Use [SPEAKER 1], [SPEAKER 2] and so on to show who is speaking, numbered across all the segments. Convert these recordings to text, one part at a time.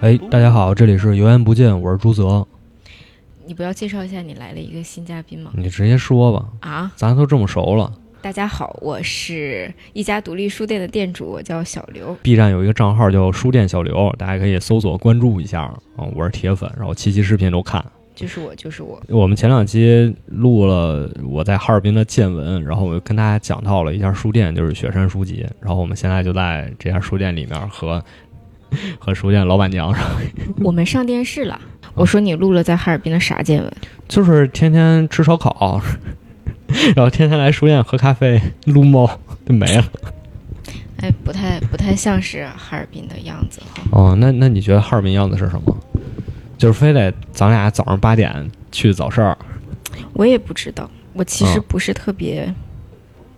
[SPEAKER 1] 哎，大家好，这里是油盐不进，我是朱泽。
[SPEAKER 2] 你不要介绍一下你来了一个新嘉宾吗？
[SPEAKER 1] 你直接说吧，
[SPEAKER 2] 啊，
[SPEAKER 1] 咱都这么熟了。
[SPEAKER 2] 大家好，我是一家独立书店的店主，我叫小刘。
[SPEAKER 1] B 站有一个账号叫“书店小刘”，大家可以搜索关注一下啊、我是铁粉，然后七期视频都看。
[SPEAKER 2] 就是我，就是我。
[SPEAKER 1] 我们前两期录了我在哈尔滨的见闻，然后我就跟大家讲到了一家书店，就是雪山书籍。然后我们现在就在这家书店里面和 和书店老板娘，
[SPEAKER 2] 我们上电视了。我说你录了在哈尔滨的啥见闻？
[SPEAKER 1] 就是天天吃烧烤， 然后天天来书店喝咖啡、撸猫，就没了。
[SPEAKER 2] 哎，不太不太像是哈尔滨的样子哈。
[SPEAKER 1] 哦，那那你觉得哈尔滨样子是什么？就是非得咱俩早上八点去早市儿？
[SPEAKER 2] 我也不知道，我其实
[SPEAKER 1] 嗯
[SPEAKER 2] 不是特别，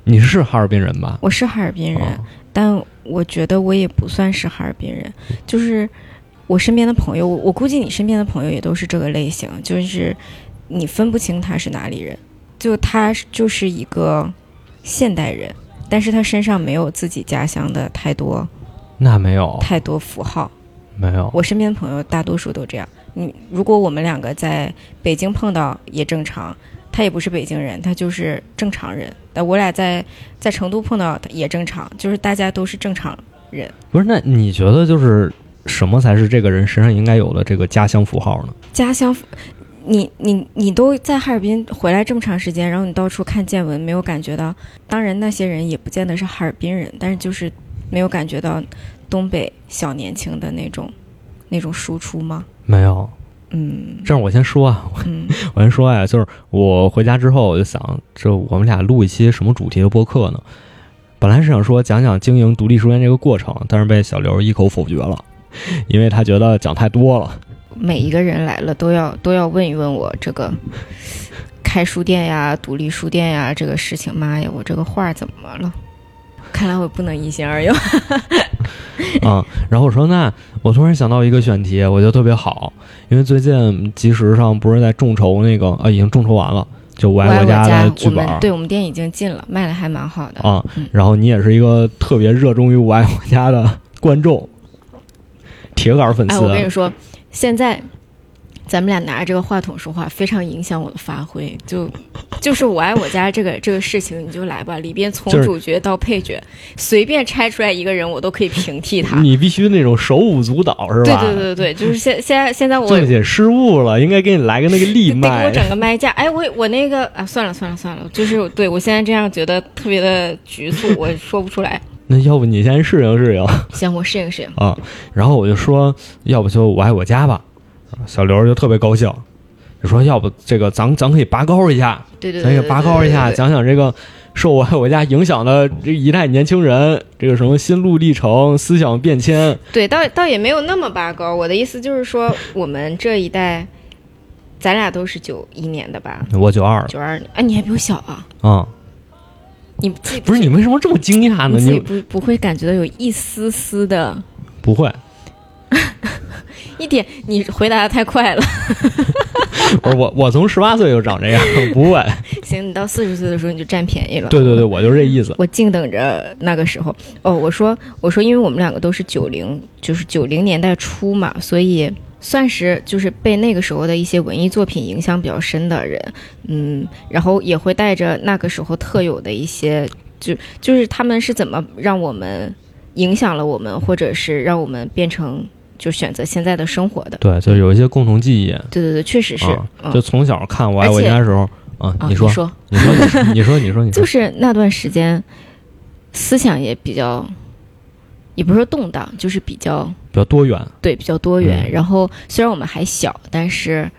[SPEAKER 1] 你是哈尔滨人吧？
[SPEAKER 2] 我是哈尔滨人，
[SPEAKER 1] 哦
[SPEAKER 2] 但我觉得我也不算是哈尔滨人，就是我身边的朋友，我我估计你身边的朋友也都是这个类型，就是你分不清他是哪里人，就他是就是一个现代人，但是他身上没有自己家乡的太多
[SPEAKER 1] 那没有，
[SPEAKER 2] 太多符号。
[SPEAKER 1] 没有。
[SPEAKER 2] 我身边的朋友大多数都这样。你如果我们两个在北京碰到也正常，他也不是北京人，他就是正常人。但我俩在在成都碰到也正常，就是大家都是正常。
[SPEAKER 1] 不是，那你觉得就是什么才是这个人身上应该有的这个家乡符号呢？
[SPEAKER 2] 家乡，你你你都在哈尔滨回来这么长时间，然后你到处看见闻，没有感觉到。当然，那些人也不见得是哈尔滨人，但是就是没有感觉到东北小年轻的那种那种输出吗？
[SPEAKER 1] 没有。
[SPEAKER 2] 嗯
[SPEAKER 1] 这样我先说啊，
[SPEAKER 2] 嗯，
[SPEAKER 1] 我先说呀、就是我回家之后我就想，这我们俩录一期什么主题的播客呢？本来是想说讲讲经营独立书店这个过程，但是被小刘一口否决了，因为他觉得讲太多了。
[SPEAKER 2] 每一个人来了都要都要问一问我这 个开书店呀、独立书店呀这个事情。妈呀，我这个画怎么了？看来我不能一心二用。
[SPEAKER 1] 啊、然后我说那我突然想到一个选题，我觉得特别好，因为最近即时上不是在众筹那个啊，已经众筹完了，就我
[SPEAKER 2] 我
[SPEAKER 1] 爱
[SPEAKER 2] 爱我
[SPEAKER 1] 家的
[SPEAKER 2] 家，
[SPEAKER 1] 剧
[SPEAKER 2] 我
[SPEAKER 1] 本
[SPEAKER 2] 们
[SPEAKER 1] 儿
[SPEAKER 2] 对我们店已经进了，卖的还蛮好的。
[SPEAKER 1] 啊、
[SPEAKER 2] 嗯
[SPEAKER 1] 然后你也是一个特别热衷于我爱我家的观众，铁杆粉
[SPEAKER 2] 哎，
[SPEAKER 1] 丝啊
[SPEAKER 2] 我。跟你说，现在咱们俩拿着这个话筒说话，非常影响我的发挥。就就是我爱我家这个这个事情，你就来吧，里边从
[SPEAKER 1] 就是
[SPEAKER 2] 主角到配角，随便拆出来一个人，我都可以平替他。
[SPEAKER 1] 啊你必须那种手舞足蹈是
[SPEAKER 2] 对
[SPEAKER 1] 吧？
[SPEAKER 2] 对对对，就是现现在现在我
[SPEAKER 1] 正姐失误了，应该给你来个 那个立
[SPEAKER 2] 得给我
[SPEAKER 1] 麦。
[SPEAKER 2] 整个麦架。哎，我我那个啊，算了算了算了，就是对我现在这样觉得特别的局促，我说不出来。
[SPEAKER 1] 那要不你先适应适应。
[SPEAKER 2] 行，我适应适应。
[SPEAKER 1] 啊，然后我就说，要不就我爱我家吧。小刘就特别高兴，就说要不这个咱咱可以拔高一下，
[SPEAKER 2] 对对
[SPEAKER 1] 咱
[SPEAKER 2] 对，
[SPEAKER 1] 给拔高一下，
[SPEAKER 2] 对对对对
[SPEAKER 1] 讲讲这个受我爱我家影响的这一代年轻人这个什么心路历程、思想变迁。
[SPEAKER 2] 对，倒倒也没有那么拔高。我的意思就是说，我们这一代，咱俩都是九一年的吧，
[SPEAKER 1] 我九二
[SPEAKER 2] 九二年。哎，你还比我小啊？
[SPEAKER 1] 啊，
[SPEAKER 2] 你自己
[SPEAKER 1] 不是你为什么这么惊讶呢？
[SPEAKER 2] 你自己
[SPEAKER 1] 你
[SPEAKER 2] 不不会感觉到有一丝丝的
[SPEAKER 1] 不会，
[SPEAKER 2] 一点？你回答的太快了。
[SPEAKER 1] 不是我我从十八岁就长这样，不会。
[SPEAKER 2] 行，你到四十岁的时候你就占便宜了。
[SPEAKER 1] 对对对，我就这意思。
[SPEAKER 2] 我静等着那个时候。哦，我说我说，因为我们两个都是九零，就是九零年代初嘛，所以算是就是被那个时候的一些文艺作品影响比较深的人，嗯，然后也会带着那个时候特有的一些，就就是他们是怎么让我们影响了我们，或者是让我们变成就选择现在的生活的。
[SPEAKER 1] 对，就有一些共同记忆。
[SPEAKER 2] 对对对，确实是，
[SPEAKER 1] 啊
[SPEAKER 2] 嗯
[SPEAKER 1] 就从小看《我爱
[SPEAKER 2] 而
[SPEAKER 1] 我
[SPEAKER 2] 且
[SPEAKER 1] 家》的时候啊，
[SPEAKER 2] 啊，
[SPEAKER 1] 你
[SPEAKER 2] 你
[SPEAKER 1] 说，
[SPEAKER 2] 说
[SPEAKER 1] 你说，你说，你说，你说，你
[SPEAKER 2] 就
[SPEAKER 1] 说，
[SPEAKER 2] 是那段时间，思想也比较，也不是说动荡，就是比较
[SPEAKER 1] 比较多元。
[SPEAKER 2] 对比较多元。
[SPEAKER 1] 嗯
[SPEAKER 2] 然后虽然我们还小，但是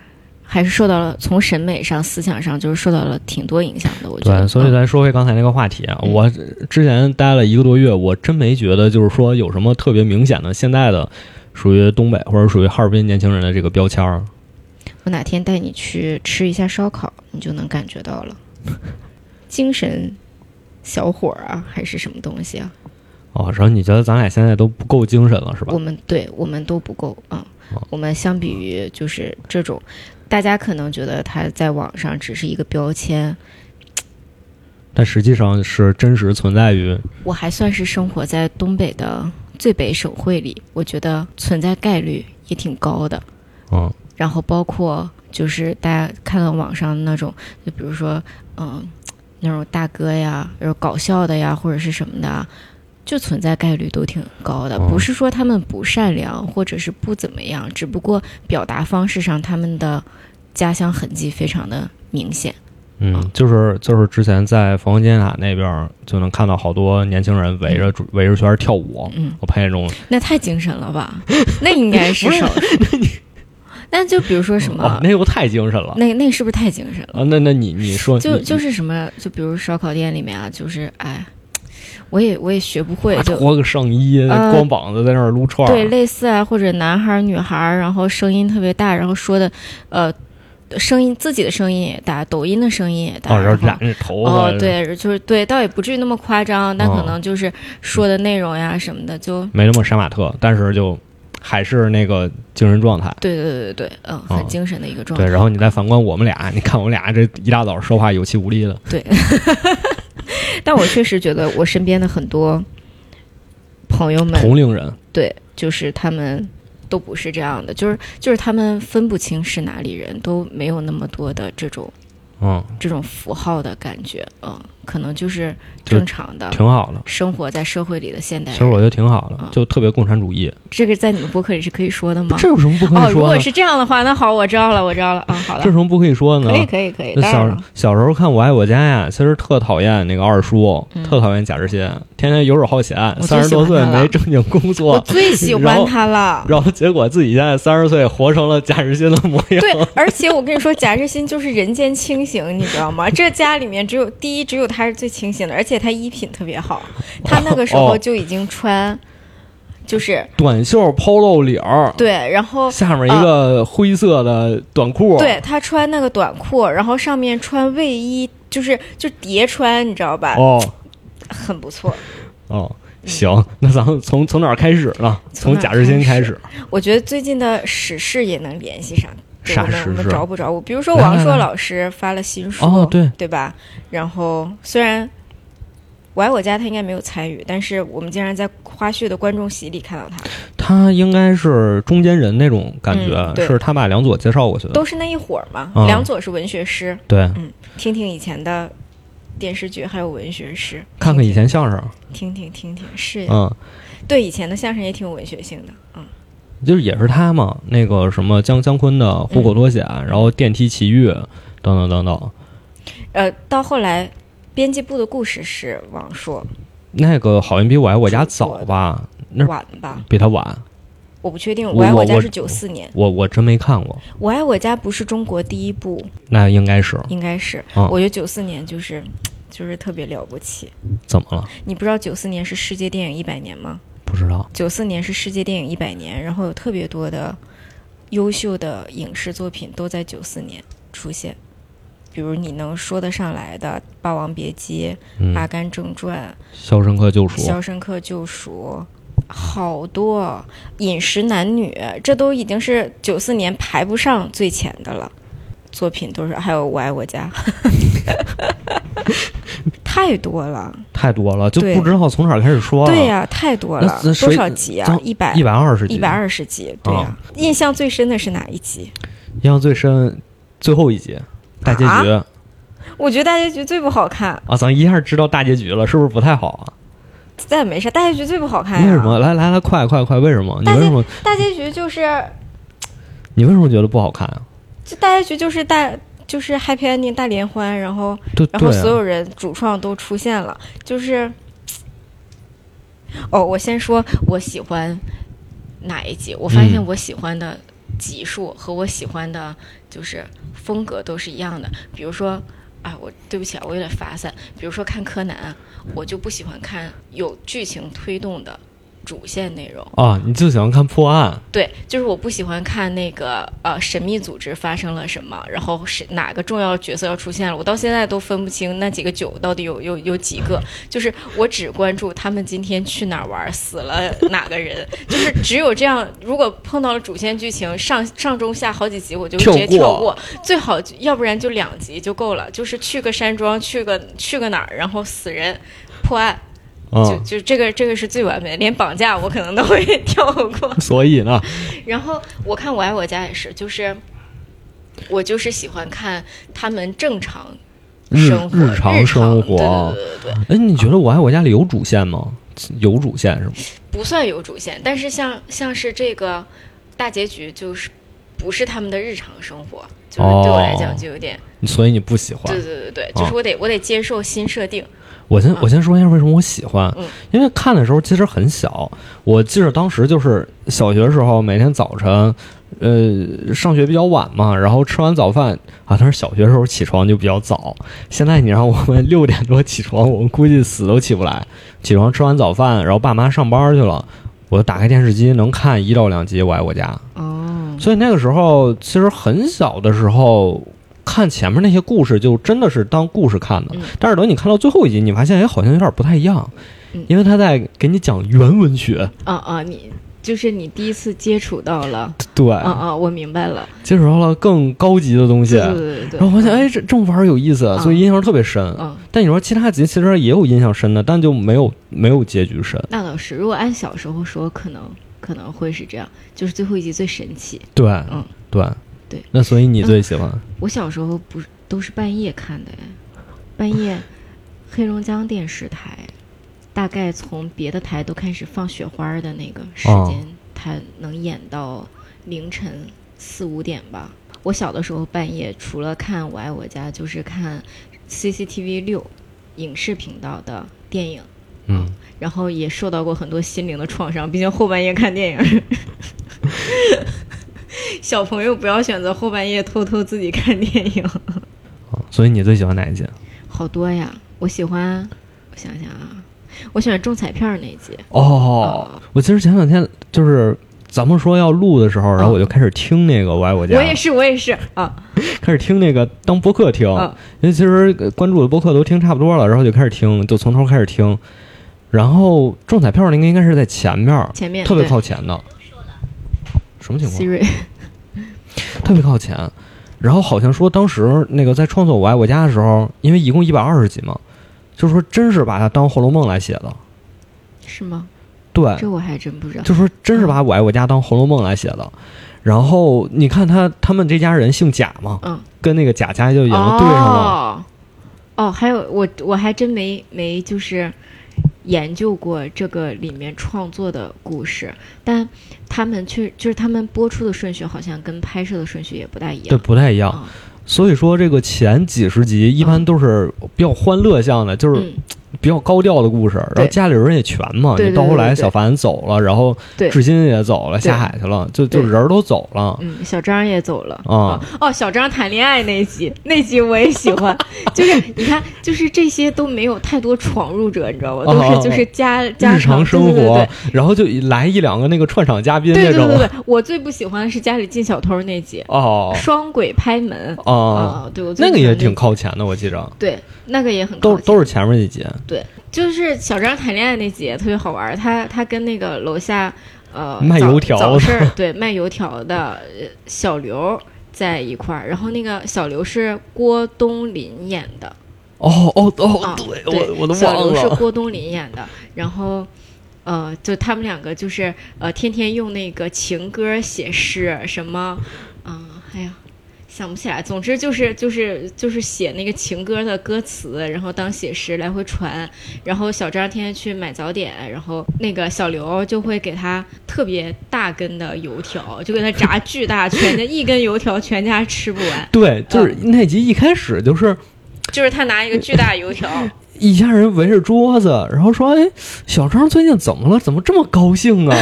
[SPEAKER 2] 还是受到了从审美上、思想上就是受到了挺多影响的。我觉得，
[SPEAKER 1] 对，所以
[SPEAKER 2] 嗯
[SPEAKER 1] 咱说回刚才那个话题啊，我之前待了一个多月，我真没觉得就是说有什么特别明显的现在的属于东北或者属于哈尔滨年轻人的这个标签儿。啊
[SPEAKER 2] 我哪天带你去吃一下烧烤，你就能感觉到了，精神小伙儿啊，还是什么东西啊？
[SPEAKER 1] 哦，然后你觉得咱俩现在都不够精神了是吧
[SPEAKER 2] 我？们对我们都不够啊、
[SPEAKER 1] 哦
[SPEAKER 2] 我们相比于就是这种，大家可能觉得他在网上只是一个标签，
[SPEAKER 1] 但实际上是真实存在于
[SPEAKER 2] 我还算是生活在东北的最北省会里，我觉得存在概率也挺高的。
[SPEAKER 1] 嗯
[SPEAKER 2] 然后包括就是大家看到网上那种，就比如说嗯，那种大哥呀，就是搞笑的呀，或者是什么的啊，就存在概率都挺高的。
[SPEAKER 1] 哦
[SPEAKER 2] 不是说他们不善良，或者是不怎么样，只不过表达方式上他们的家乡痕迹非常的明显。啊
[SPEAKER 1] 嗯，就是就是之前在防空金字塔那边儿就能看到好多年轻人围着主围着圈儿跳舞，
[SPEAKER 2] 嗯，
[SPEAKER 1] 我拍那种
[SPEAKER 2] 那太精神了吧？那应该是少数。 那就比如说什么，
[SPEAKER 1] 哦，那又太精神了
[SPEAKER 2] 啊那那是不是太精神了？
[SPEAKER 1] 啊！那那你你 说
[SPEAKER 2] 就
[SPEAKER 1] 你
[SPEAKER 2] 就是什么，就比如烧烤店里面啊，就是哎，我也我也学不会，
[SPEAKER 1] 啊
[SPEAKER 2] 就
[SPEAKER 1] 脱个上衣，
[SPEAKER 2] 呃
[SPEAKER 1] 光膀子在那儿撸串儿，
[SPEAKER 2] 对类似啊，或者男孩儿女孩儿，然后声音特别大，然后说的呃，声音自己的声音也大，抖音的声音也大，
[SPEAKER 1] 哦，然后
[SPEAKER 2] 然
[SPEAKER 1] 染
[SPEAKER 2] 后。
[SPEAKER 1] 着头发，
[SPEAKER 2] 哦，，对，就是对，倒也不至于那么夸张，但可
[SPEAKER 1] 哦
[SPEAKER 2] 能就是说的内容呀什么的，就
[SPEAKER 1] 没那么杀马特，但是就还是那个精神状态。
[SPEAKER 2] 对对对对对，嗯，
[SPEAKER 1] 哦
[SPEAKER 2] 很精神的一个状态
[SPEAKER 1] 对，。然后你再反观我们俩，你看我们俩这一大早说话有气无力的，
[SPEAKER 2] 对， 但我确实觉得我身边的很多朋友们，
[SPEAKER 1] 同龄人，
[SPEAKER 2] 对，就是他们都不是这样的，就是就是他们分不清是哪里人，都没有那么多的这种
[SPEAKER 1] 嗯，
[SPEAKER 2] 这种符号的感觉，嗯，可能就是
[SPEAKER 1] 就
[SPEAKER 2] 正常的
[SPEAKER 1] 挺好的。
[SPEAKER 2] 生活在社会里的现代
[SPEAKER 1] 其实我
[SPEAKER 2] 人。
[SPEAKER 1] 觉得挺好的
[SPEAKER 2] 嗯，
[SPEAKER 1] 就特别共产主义，
[SPEAKER 2] 这个在你们播客里是可以说的吗？
[SPEAKER 1] 这有什么不可
[SPEAKER 2] 哦，
[SPEAKER 1] 以
[SPEAKER 2] 如
[SPEAKER 1] 说
[SPEAKER 2] 果
[SPEAKER 1] 的？
[SPEAKER 2] 是这样的话，那好，我知道了，我知道了，嗯，好
[SPEAKER 1] 这
[SPEAKER 2] 了
[SPEAKER 1] 有，什么不可以说的
[SPEAKER 2] 可以
[SPEAKER 1] 呢？
[SPEAKER 2] 可以可以，
[SPEAKER 1] 那
[SPEAKER 2] 当然
[SPEAKER 1] 小
[SPEAKER 2] 了，
[SPEAKER 1] 小时候看《我爱我家》呀，其实特讨厌那个二叔，
[SPEAKER 2] 嗯
[SPEAKER 1] 特讨厌贾志新，天天游手好闲，
[SPEAKER 2] 我最喜
[SPEAKER 1] 三
[SPEAKER 2] 欢
[SPEAKER 1] 十多岁
[SPEAKER 2] 他了
[SPEAKER 1] 没正经工
[SPEAKER 2] 我
[SPEAKER 1] 作，
[SPEAKER 2] 最喜
[SPEAKER 1] 然
[SPEAKER 2] 欢
[SPEAKER 1] 后
[SPEAKER 2] 他了。
[SPEAKER 1] 然后结果自己现在三十岁活成了贾志新的模样。
[SPEAKER 2] 对，而且我跟你说，贾志新就是人间清醒，你知道吗？这家里面只有第一，只有他是最清醒的，而且他衣品特别好，他那个时候
[SPEAKER 1] 哦
[SPEAKER 2] 就已经穿，就是
[SPEAKER 1] 短袖 polo 领儿，
[SPEAKER 2] 对，然后。
[SPEAKER 1] 下面一个灰色的短裤，
[SPEAKER 2] 哦啊对他穿那个短裤，然后上面穿卫衣，就是就叠穿，你知道吧？
[SPEAKER 1] 哦
[SPEAKER 2] 很不错。
[SPEAKER 1] 哦，行，那咱们从从哪儿开始呢？从
[SPEAKER 2] 从哪儿
[SPEAKER 1] 贾志新
[SPEAKER 2] 开
[SPEAKER 1] 开
[SPEAKER 2] 始
[SPEAKER 1] 始，
[SPEAKER 2] 我觉得最近的时事也能联系上，对
[SPEAKER 1] 啥
[SPEAKER 2] 我们我
[SPEAKER 1] 时
[SPEAKER 2] 们
[SPEAKER 1] 事
[SPEAKER 2] 找不着我？比如说
[SPEAKER 1] 来
[SPEAKER 2] 王
[SPEAKER 1] 来
[SPEAKER 2] 朔
[SPEAKER 1] 来
[SPEAKER 2] 老师发了新书，
[SPEAKER 1] 哦对
[SPEAKER 2] 对吧？然后虽然我爱我家他应该没有参与，但是我们竟然在花絮的观众席里看到他，
[SPEAKER 1] 嗯他应该是中间人那种感觉，
[SPEAKER 2] 嗯对
[SPEAKER 1] 是他把梁左介绍过去的
[SPEAKER 2] 都。是那一伙儿嘛。
[SPEAKER 1] 嗯
[SPEAKER 2] 梁左是文学师，
[SPEAKER 1] 对，
[SPEAKER 2] 听听以前的电视剧还有文学诗，
[SPEAKER 1] 看看以前相声，
[SPEAKER 2] 听听听听是呀，
[SPEAKER 1] 嗯，
[SPEAKER 2] 对以前的相声也挺有文学性的，嗯，
[SPEAKER 1] 就是也是他嘛，那个什么姜姜昆的《虎口脱险》
[SPEAKER 2] 嗯
[SPEAKER 1] 然后《电梯奇遇》等等等等，
[SPEAKER 2] 呃，到后来编辑部的故事是王朔，
[SPEAKER 1] 那个好像比我爱我家早吧，那
[SPEAKER 2] 晚吧，
[SPEAKER 1] 比他晚，
[SPEAKER 2] 我不确定，
[SPEAKER 1] 嗯我
[SPEAKER 2] 我爱我家
[SPEAKER 1] 我
[SPEAKER 2] 是九四年。
[SPEAKER 1] 我我真没看过，
[SPEAKER 2] 我爱我家不是中国第一部，
[SPEAKER 1] 那应该是
[SPEAKER 2] 应该是，
[SPEAKER 1] 嗯
[SPEAKER 2] 我觉得九四年就是，就是特别了不起。
[SPEAKER 1] 怎么了？
[SPEAKER 2] 你不知道九四年是世界电影一百年吗？
[SPEAKER 1] 不知道，
[SPEAKER 2] 九四年是世界电影一百年，然后有特别多的优秀的影视作品都在九四年出现，比如你能说得上来的《霸王别姬》
[SPEAKER 1] 嗯，
[SPEAKER 2] 《阿
[SPEAKER 1] 《
[SPEAKER 2] 甘正传
[SPEAKER 1] 肖申克救》赎
[SPEAKER 2] 《肖》申克救赎》。好多饮食男女，这都已经是九四年排不上最前的了。作品都是，还有《我爱我家》，太多了。
[SPEAKER 1] 太多了，就
[SPEAKER 2] 对
[SPEAKER 1] 不知道从哪儿开始说了。
[SPEAKER 2] 对呀、太多了，
[SPEAKER 1] 那
[SPEAKER 2] 多
[SPEAKER 1] 谁
[SPEAKER 2] 少集啊
[SPEAKER 1] 咱？
[SPEAKER 2] 一百
[SPEAKER 1] 一百二十集，啊
[SPEAKER 2] 一百二十集，对呀、印象最深的是哪一集？
[SPEAKER 1] 印象最深最后一集大结局啊
[SPEAKER 2] 我觉得大结局最不好看，
[SPEAKER 1] 咱一下知道大结局了，是不是不太好
[SPEAKER 2] 但也没啥，大结局最不好
[SPEAKER 1] 啊？
[SPEAKER 2] 看哎呀。
[SPEAKER 1] 为什么？？来来来，快快快！为什么？你
[SPEAKER 2] 大结
[SPEAKER 1] 为什么？
[SPEAKER 2] 大结局就是，
[SPEAKER 1] 你为什么觉得不好看啊？
[SPEAKER 2] 就大结局就是大。就是 happy ending 大联欢，然后
[SPEAKER 1] 对
[SPEAKER 2] 然后所
[SPEAKER 1] 对啊，
[SPEAKER 2] 有人主创都出现了，就是，哦，我先说我喜欢哪一集，我发现
[SPEAKER 1] 嗯
[SPEAKER 2] 我喜欢的集数和我喜欢的就是风格都是一样的。比如说，啊，我对不起啊，我有点发散。比如说看柯南，我就不喜欢看有剧情推动的主线内容。
[SPEAKER 1] 啊，你就喜欢看破案，
[SPEAKER 2] 对，就是我不喜欢看那个呃神秘组织发生了什么，然后是哪个重要角色要出现了，我到现在都分不清那几个九到底有有有几个，就是我只关注他们今天去哪儿玩，死了哪个人，就是只有这样。如果碰到了主线剧情，上上中下好几集，我就直
[SPEAKER 1] 跳
[SPEAKER 2] 接跳
[SPEAKER 1] 过
[SPEAKER 2] 过，最好就要不然就两集就够了，就是去个山庄，去个去个哪儿，然后死人破案。就
[SPEAKER 1] 嗯，
[SPEAKER 2] 就这个这个是最完美的，连绑架我可能都会 跳过。
[SPEAKER 1] 所以呢，
[SPEAKER 2] 然后我看《我爱我家》也是，就是我就是喜欢看他们正常
[SPEAKER 1] 日
[SPEAKER 2] 生活、
[SPEAKER 1] 日常生活
[SPEAKER 2] 对对对对对，
[SPEAKER 1] 哎，你觉得《我爱我家》里有主线吗？有主线是吗？
[SPEAKER 2] 不算有主线，但是像像是这个大结局就是不是他们的日常生活，就是对我来
[SPEAKER 1] 哦嗯
[SPEAKER 2] 讲就有点，
[SPEAKER 1] 所以你不喜欢
[SPEAKER 2] 对？对对对，就是我得、我得接受新设定，
[SPEAKER 1] 我先
[SPEAKER 2] 嗯
[SPEAKER 1] 我先说一下为什么我喜欢
[SPEAKER 2] 嗯，
[SPEAKER 1] 因为看的时候其实很小，我记得当时就是小学时候每天早晨，呃，上学比较晚嘛，然后吃完早饭啊，但是小学时候起床就比较早，现在你让我们六点多起床，我们估计死都起不来。起床吃完早饭，然后爸妈上班去了，我就打开电视机能看一到两集《我爱我家》。
[SPEAKER 2] 哦，
[SPEAKER 1] 所以那个时候，其实很小的时候看前面那些故事，就真的是当故事看的
[SPEAKER 2] 嗯。
[SPEAKER 1] 但是等你看到最后一集，你发现哎，好像有点不太一样
[SPEAKER 2] 嗯，
[SPEAKER 1] 因为他在给你讲原文学。
[SPEAKER 2] 啊啊，你就是你第一次接触到了，
[SPEAKER 1] 对，
[SPEAKER 2] 啊啊，我明白了，
[SPEAKER 1] 接触到了更高级的东西，
[SPEAKER 2] 对对
[SPEAKER 1] 然
[SPEAKER 2] 对对，
[SPEAKER 1] 后
[SPEAKER 2] 啊
[SPEAKER 1] 发现哎，这这么玩儿有意思，所以印象特别深。
[SPEAKER 2] 嗯。
[SPEAKER 1] 但你说其他集其实也有印象深的，但就没有没有结局深。
[SPEAKER 2] 那倒是，如果按小时候说，可能可能会是这样，就是最后一集最神奇。
[SPEAKER 1] 对，
[SPEAKER 2] 嗯
[SPEAKER 1] 对，
[SPEAKER 2] 对。
[SPEAKER 1] 那所以你最喜欢？
[SPEAKER 2] 我小时候不是都是半夜看的哎，半夜黑龙江电视台大概从别的台都开始放雪花的那个时
[SPEAKER 1] 哦
[SPEAKER 2] 间，它能演到凌晨四五点吧。我小的时候半夜除了看《我爱我家》，就是看 CCTV 六影视频道的电影。
[SPEAKER 1] 嗯，
[SPEAKER 2] 然后也受到过很多心灵的创伤，毕竟后半夜看电影。 小朋友不要选择后半夜偷偷自己看电影，
[SPEAKER 1] 所以你最喜欢哪一集？
[SPEAKER 2] 好多呀！我喜欢，我想想啊，我喜欢中彩票那一集。
[SPEAKER 1] 哦，我其实前两天就是咱们说要录的时候，然后我就开始听那个《我爱我家
[SPEAKER 2] 嗯我》，也是，我也是啊
[SPEAKER 1] 开始听那个当播客听，
[SPEAKER 2] 啊！
[SPEAKER 1] 因为其实呃关注的播客都听差不多了，然后就开始听，就从头开始听。然后中彩票那个应该是在前面儿，
[SPEAKER 2] 前面
[SPEAKER 1] 特别
[SPEAKER 2] 对
[SPEAKER 1] 靠前的，什么情况？
[SPEAKER 2] Siri
[SPEAKER 1] 特别靠前。然后好像说当时那个在创作《我爱我家》的时候，因为一共一百二十集嘛，就是说真是把它当《红楼梦》来写的，
[SPEAKER 2] 是吗？
[SPEAKER 1] 对，
[SPEAKER 2] 这我还真不知道。
[SPEAKER 1] 就说真是把《我爱我家》当《红楼梦》来写的。然后你看他他们这家人姓贾嘛，
[SPEAKER 2] 嗯，
[SPEAKER 1] 跟那个贾家就已经对上了。
[SPEAKER 2] 哦哦，还有我我还真没没就是研究过这个里面创作的故事，但他们却就是他们播出的顺序好像跟拍摄的顺序也不大一
[SPEAKER 1] 对，
[SPEAKER 2] 样。
[SPEAKER 1] 不太一
[SPEAKER 2] 嗯
[SPEAKER 1] 样。所以说，这个前几十集一般都是比较欢乐向的，就是
[SPEAKER 2] 嗯，
[SPEAKER 1] 比较高调的故事。然后
[SPEAKER 2] 对
[SPEAKER 1] 家里人也全嘛，
[SPEAKER 2] 对
[SPEAKER 1] 你
[SPEAKER 2] 对
[SPEAKER 1] 到后
[SPEAKER 2] 对
[SPEAKER 1] 来
[SPEAKER 2] 对
[SPEAKER 1] 小凡走了，然后
[SPEAKER 2] 对
[SPEAKER 1] 志新也走了，
[SPEAKER 2] 对
[SPEAKER 1] 下海去了，就就
[SPEAKER 2] 对
[SPEAKER 1] 人儿都走了。
[SPEAKER 2] 嗯，小张也走了。
[SPEAKER 1] 啊
[SPEAKER 2] 哦，小张谈恋爱那一集，那集我也喜欢。就是你看，就是这些都没有太多闯入者，你知道吗？
[SPEAKER 1] 哦
[SPEAKER 2] 都
[SPEAKER 1] 哦
[SPEAKER 2] 是就是家家
[SPEAKER 1] 日常生活，
[SPEAKER 2] 对对对对
[SPEAKER 1] 然后就来一两个那个串场嘉宾那
[SPEAKER 2] 对对
[SPEAKER 1] 种。
[SPEAKER 2] 对对，我最不喜欢的是家里进小偷那集，
[SPEAKER 1] 哦
[SPEAKER 2] 双轨拍门。
[SPEAKER 1] 哦，
[SPEAKER 2] 啊，对，我最
[SPEAKER 1] 那个
[SPEAKER 2] 喜
[SPEAKER 1] 也
[SPEAKER 2] 欢
[SPEAKER 1] 挺靠前的，我记着
[SPEAKER 2] 对，那个也很
[SPEAKER 1] 都
[SPEAKER 2] 靠
[SPEAKER 1] 都
[SPEAKER 2] 前
[SPEAKER 1] 是前面几集。
[SPEAKER 2] 对，就是小张谈恋爱那集也特别好玩儿，他他跟那个楼下呃
[SPEAKER 1] 卖
[SPEAKER 2] 早
[SPEAKER 1] 油条
[SPEAKER 2] 早
[SPEAKER 1] 的
[SPEAKER 2] 市儿对卖油条的呃小刘在一块儿，然后那个小刘是郭冬临演的，
[SPEAKER 1] 哦哦哦
[SPEAKER 2] 啊，
[SPEAKER 1] 对
[SPEAKER 2] 对
[SPEAKER 1] 我我都
[SPEAKER 2] 小
[SPEAKER 1] 忘
[SPEAKER 2] 刘是
[SPEAKER 1] 了。
[SPEAKER 2] 郭冬临演的，然后。呃，就他们两个就是呃，天天用那个情歌写诗，什么，嗯、哎呀，想不起来。总之就是就是就是写那个情歌的歌词，然后当写诗来回传。然后小张天天去买早点，然后那个小刘就会给他特别大根的油条，就给他 炸巨大，全家一根油条全家吃不完。
[SPEAKER 1] 对，就是那集一开始就是
[SPEAKER 2] 就是他拿一个巨大油条，
[SPEAKER 1] 啊一家人围着桌子，然后说：“哎，小张最近怎么了？怎么这么高兴啊？”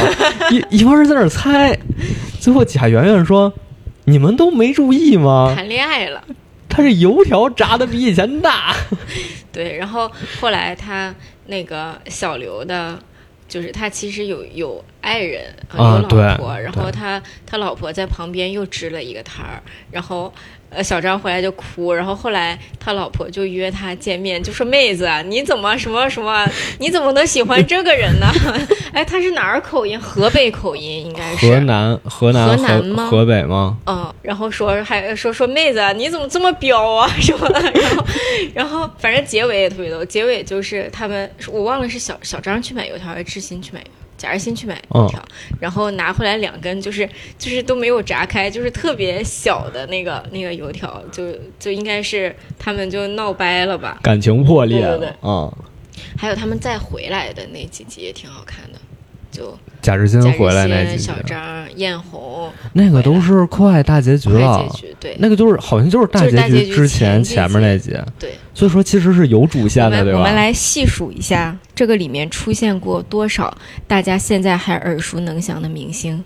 [SPEAKER 1] 一一帮人在那儿猜，最后贾圆圆说：“你们都没注意吗？
[SPEAKER 2] 谈恋爱了。
[SPEAKER 1] 他这油条炸的比以前大。
[SPEAKER 2] 对，然后后来他那个小刘的，就是他其实有有爱人
[SPEAKER 1] 啊
[SPEAKER 2] 有
[SPEAKER 1] 对
[SPEAKER 2] 老婆，然后他他老婆在旁边又支了一个摊儿，然后呃小张回来就哭，然后后来他老婆就约他见面，就说妹子啊，你怎么什么什么，你怎么能喜欢这个人呢？ 哎，他是哪儿口音？河北口音应该是
[SPEAKER 1] 河南、河南、
[SPEAKER 2] 河南
[SPEAKER 1] 河
[SPEAKER 2] 吗
[SPEAKER 1] 河北吗？
[SPEAKER 2] 嗯，然后说还说说妹子，啊你怎么这么彪啊 什么的，然后然后反正结尾也特别逗，结尾就是他们我忘了是小小张去买油条还是志新去买。贾日新去买油条，
[SPEAKER 1] 嗯
[SPEAKER 2] 然后拿回来两根，就是就是都没有炸开，就是特别小的那个那个油条，就就应该是他们就闹掰了吧。
[SPEAKER 1] 感情破裂
[SPEAKER 2] 对
[SPEAKER 1] 了
[SPEAKER 2] 对
[SPEAKER 1] 啊！
[SPEAKER 2] 还有他们再回来的那几集也挺好看的，就
[SPEAKER 1] 贾志新
[SPEAKER 2] 贾
[SPEAKER 1] 回来
[SPEAKER 2] 日
[SPEAKER 1] 那
[SPEAKER 2] 新、
[SPEAKER 1] 几集啊
[SPEAKER 2] 小，张、艳红，
[SPEAKER 1] 那个都是快大结局
[SPEAKER 2] 快
[SPEAKER 1] 了
[SPEAKER 2] 结，局，对
[SPEAKER 1] 那个就是好像就是大
[SPEAKER 2] 就是大
[SPEAKER 1] 结
[SPEAKER 2] 结
[SPEAKER 1] 局
[SPEAKER 2] 局
[SPEAKER 1] 之
[SPEAKER 2] 前几
[SPEAKER 1] 前面
[SPEAKER 2] 集
[SPEAKER 1] 那集，
[SPEAKER 2] 对。
[SPEAKER 1] 所以说其实是有主
[SPEAKER 2] 我
[SPEAKER 1] 线的，
[SPEAKER 2] 们
[SPEAKER 1] 对
[SPEAKER 2] 我
[SPEAKER 1] 吧？
[SPEAKER 2] 们来细数一下，这个里面出现过多少大家现在还耳熟能详的明星？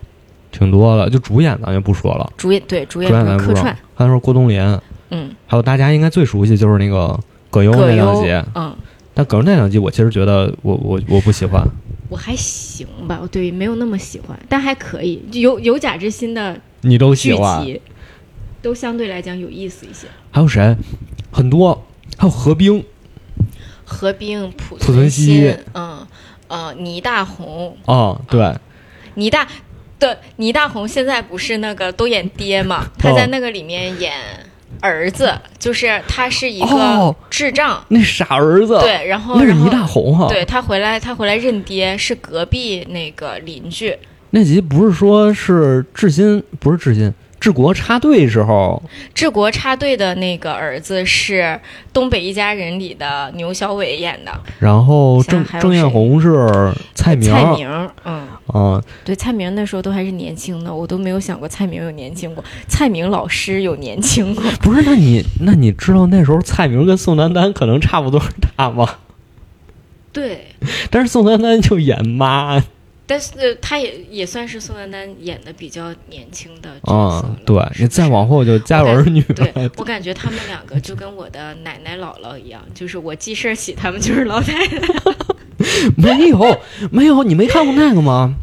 [SPEAKER 1] 挺多的，就主演咱就不说了，
[SPEAKER 2] 主演对
[SPEAKER 1] 主
[SPEAKER 2] 主演
[SPEAKER 1] 演
[SPEAKER 2] 是
[SPEAKER 1] 咱不说
[SPEAKER 2] 客串，。
[SPEAKER 1] 刚才说郭冬临，
[SPEAKER 2] 嗯，
[SPEAKER 1] 还有大家应该最熟悉就是那个葛优
[SPEAKER 2] 葛
[SPEAKER 1] 那两
[SPEAKER 2] 优
[SPEAKER 1] 集，，
[SPEAKER 2] 嗯，
[SPEAKER 1] 但葛优那两集我其实觉得我我我不喜欢，
[SPEAKER 2] 我还行吧，我对没有那么喜欢，但还可以，有有贾之心的
[SPEAKER 1] 你都喜
[SPEAKER 2] 剧
[SPEAKER 1] 欢？
[SPEAKER 2] 集，都相对来讲有意思一些。
[SPEAKER 1] 还有谁？很多，还有何冰，
[SPEAKER 2] 何冰、濮
[SPEAKER 1] 濮存昕
[SPEAKER 2] 昕，嗯，呃，倪大红，
[SPEAKER 1] 哦，
[SPEAKER 2] 啊
[SPEAKER 1] 对，
[SPEAKER 2] 倪大。对，倪大红现在不是那个都演爹
[SPEAKER 1] 哦
[SPEAKER 2] 嘛？他在那个里面演儿子，就是他是一个
[SPEAKER 1] 哦
[SPEAKER 2] 智障，
[SPEAKER 1] 那傻儿子，
[SPEAKER 2] 对，然后
[SPEAKER 1] 那是
[SPEAKER 2] 然后
[SPEAKER 1] 倪大红啊哈，
[SPEAKER 2] 对他回来，他回来认爹是隔壁那个邻居，
[SPEAKER 1] 那集不是说是志新，不是志新，治国插队时候，
[SPEAKER 2] 治国插队的那个儿子是《东北一家人》里的牛小伟演的
[SPEAKER 1] 然后
[SPEAKER 2] 想
[SPEAKER 1] 郑
[SPEAKER 2] 还有
[SPEAKER 1] 郑艳红是蔡明，
[SPEAKER 2] 蔡明儿，嗯，
[SPEAKER 1] 啊，
[SPEAKER 2] 对，蔡明那时候都还是年轻的，我都没有想过蔡明有年轻过，蔡明老师有年轻过，
[SPEAKER 1] 不是？那你那你知道那时候蔡明跟宋丹丹可能差不多大吗？
[SPEAKER 2] 对，
[SPEAKER 1] 但是宋丹丹就演妈
[SPEAKER 2] 但是、呃他也也算是宋丹丹演的比较年轻的角色
[SPEAKER 1] 啊
[SPEAKER 2] 了，
[SPEAKER 1] 对
[SPEAKER 2] 是
[SPEAKER 1] 你
[SPEAKER 2] 不
[SPEAKER 1] 再
[SPEAKER 2] 是
[SPEAKER 1] 往后就家有儿女
[SPEAKER 2] 对
[SPEAKER 1] 了，
[SPEAKER 2] 我感觉他们两个就跟我的奶奶姥姥一样，就是我记事儿起，他们就是老太太。
[SPEAKER 1] 没有没有，你没看过那个吗？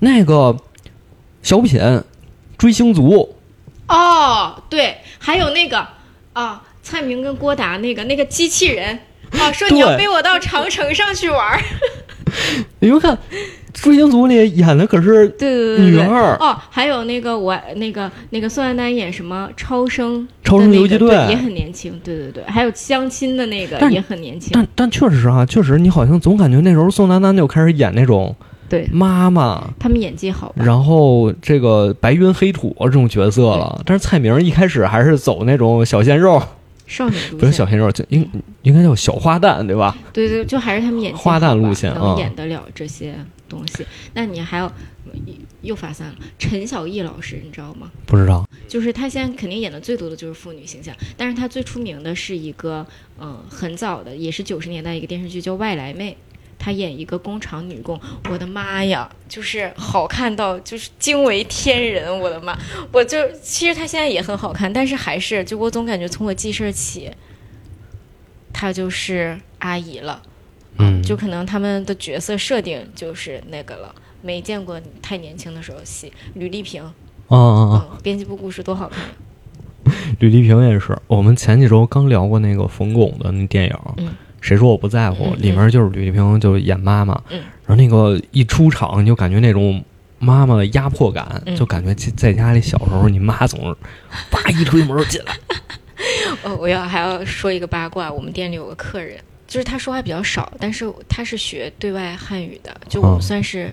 [SPEAKER 1] 那个小品《追星族
[SPEAKER 2] 哦，对，还有那个啊，蔡明跟郭达那个那个机器人啊，说你
[SPEAKER 1] 对
[SPEAKER 2] 要背我到长城上去玩儿。》，
[SPEAKER 1] 你就看《追星族》里演的可是
[SPEAKER 2] 对对
[SPEAKER 1] 女
[SPEAKER 2] 对。
[SPEAKER 1] 二，
[SPEAKER 2] 哦，还有那个我那个那个宋丹丹演什么超生的那个，
[SPEAKER 1] 超生游击队
[SPEAKER 2] 对也很年轻，对对对，还有相亲的那个
[SPEAKER 1] 但
[SPEAKER 2] 也很年轻，
[SPEAKER 1] 但但确实啊，确实你好像总感觉那时候宋丹丹就开始演那种
[SPEAKER 2] 对
[SPEAKER 1] 妈妈，
[SPEAKER 2] 他们演技好吧？
[SPEAKER 1] 然后这个白云黑土这种角色了。但是蔡明一开始还是走那种小鲜肉，
[SPEAKER 2] 少女路
[SPEAKER 1] 不是小
[SPEAKER 2] 线，
[SPEAKER 1] 鲜肉，就应应该叫小花旦对吧？
[SPEAKER 2] 对对，就还是他们演技
[SPEAKER 1] 花旦
[SPEAKER 2] 好吧
[SPEAKER 1] 路线
[SPEAKER 2] 他们
[SPEAKER 1] 啊
[SPEAKER 2] 演得了这些东西。那你还有又发散了，陈小艺老师，你知道吗？
[SPEAKER 1] 不知道，
[SPEAKER 2] 就是他现在肯定演的最多的就是妇女形象，但是他最出名的是一个，嗯、很早的，也是九十年代一个电视剧叫《外来妹》，她演一个工厂女工，我的妈呀，就是好看到就是惊为天人，我的妈！我就其实她现在也很好看，但是还是就我总感觉从我记事儿起，她就是阿姨了，
[SPEAKER 1] 嗯，
[SPEAKER 2] 就可能他们的角色设定就是那个了，没见过太年轻的时候戏，吕丽萍，
[SPEAKER 1] 啊啊啊！
[SPEAKER 2] 嗯，编辑部故事多好看呀。
[SPEAKER 1] 吕丽萍也是，我们前几周刚聊过那个冯巩的那电影。
[SPEAKER 2] 嗯
[SPEAKER 1] 谁说我不在乎
[SPEAKER 2] 嗯？嗯
[SPEAKER 1] 里面就是吕丽萍，就演妈妈，
[SPEAKER 2] 嗯
[SPEAKER 1] 然后那个一出场，你就感觉那种妈妈的压迫感，
[SPEAKER 2] 嗯
[SPEAKER 1] 就感觉在家里小时候，你妈总是叭一推门进来。
[SPEAKER 2] 哦，我要还要说一个八卦，我们店里有个客人，就是他说话比较少，但是他是学对外汉语的，就我
[SPEAKER 1] 哦
[SPEAKER 2] 们算是、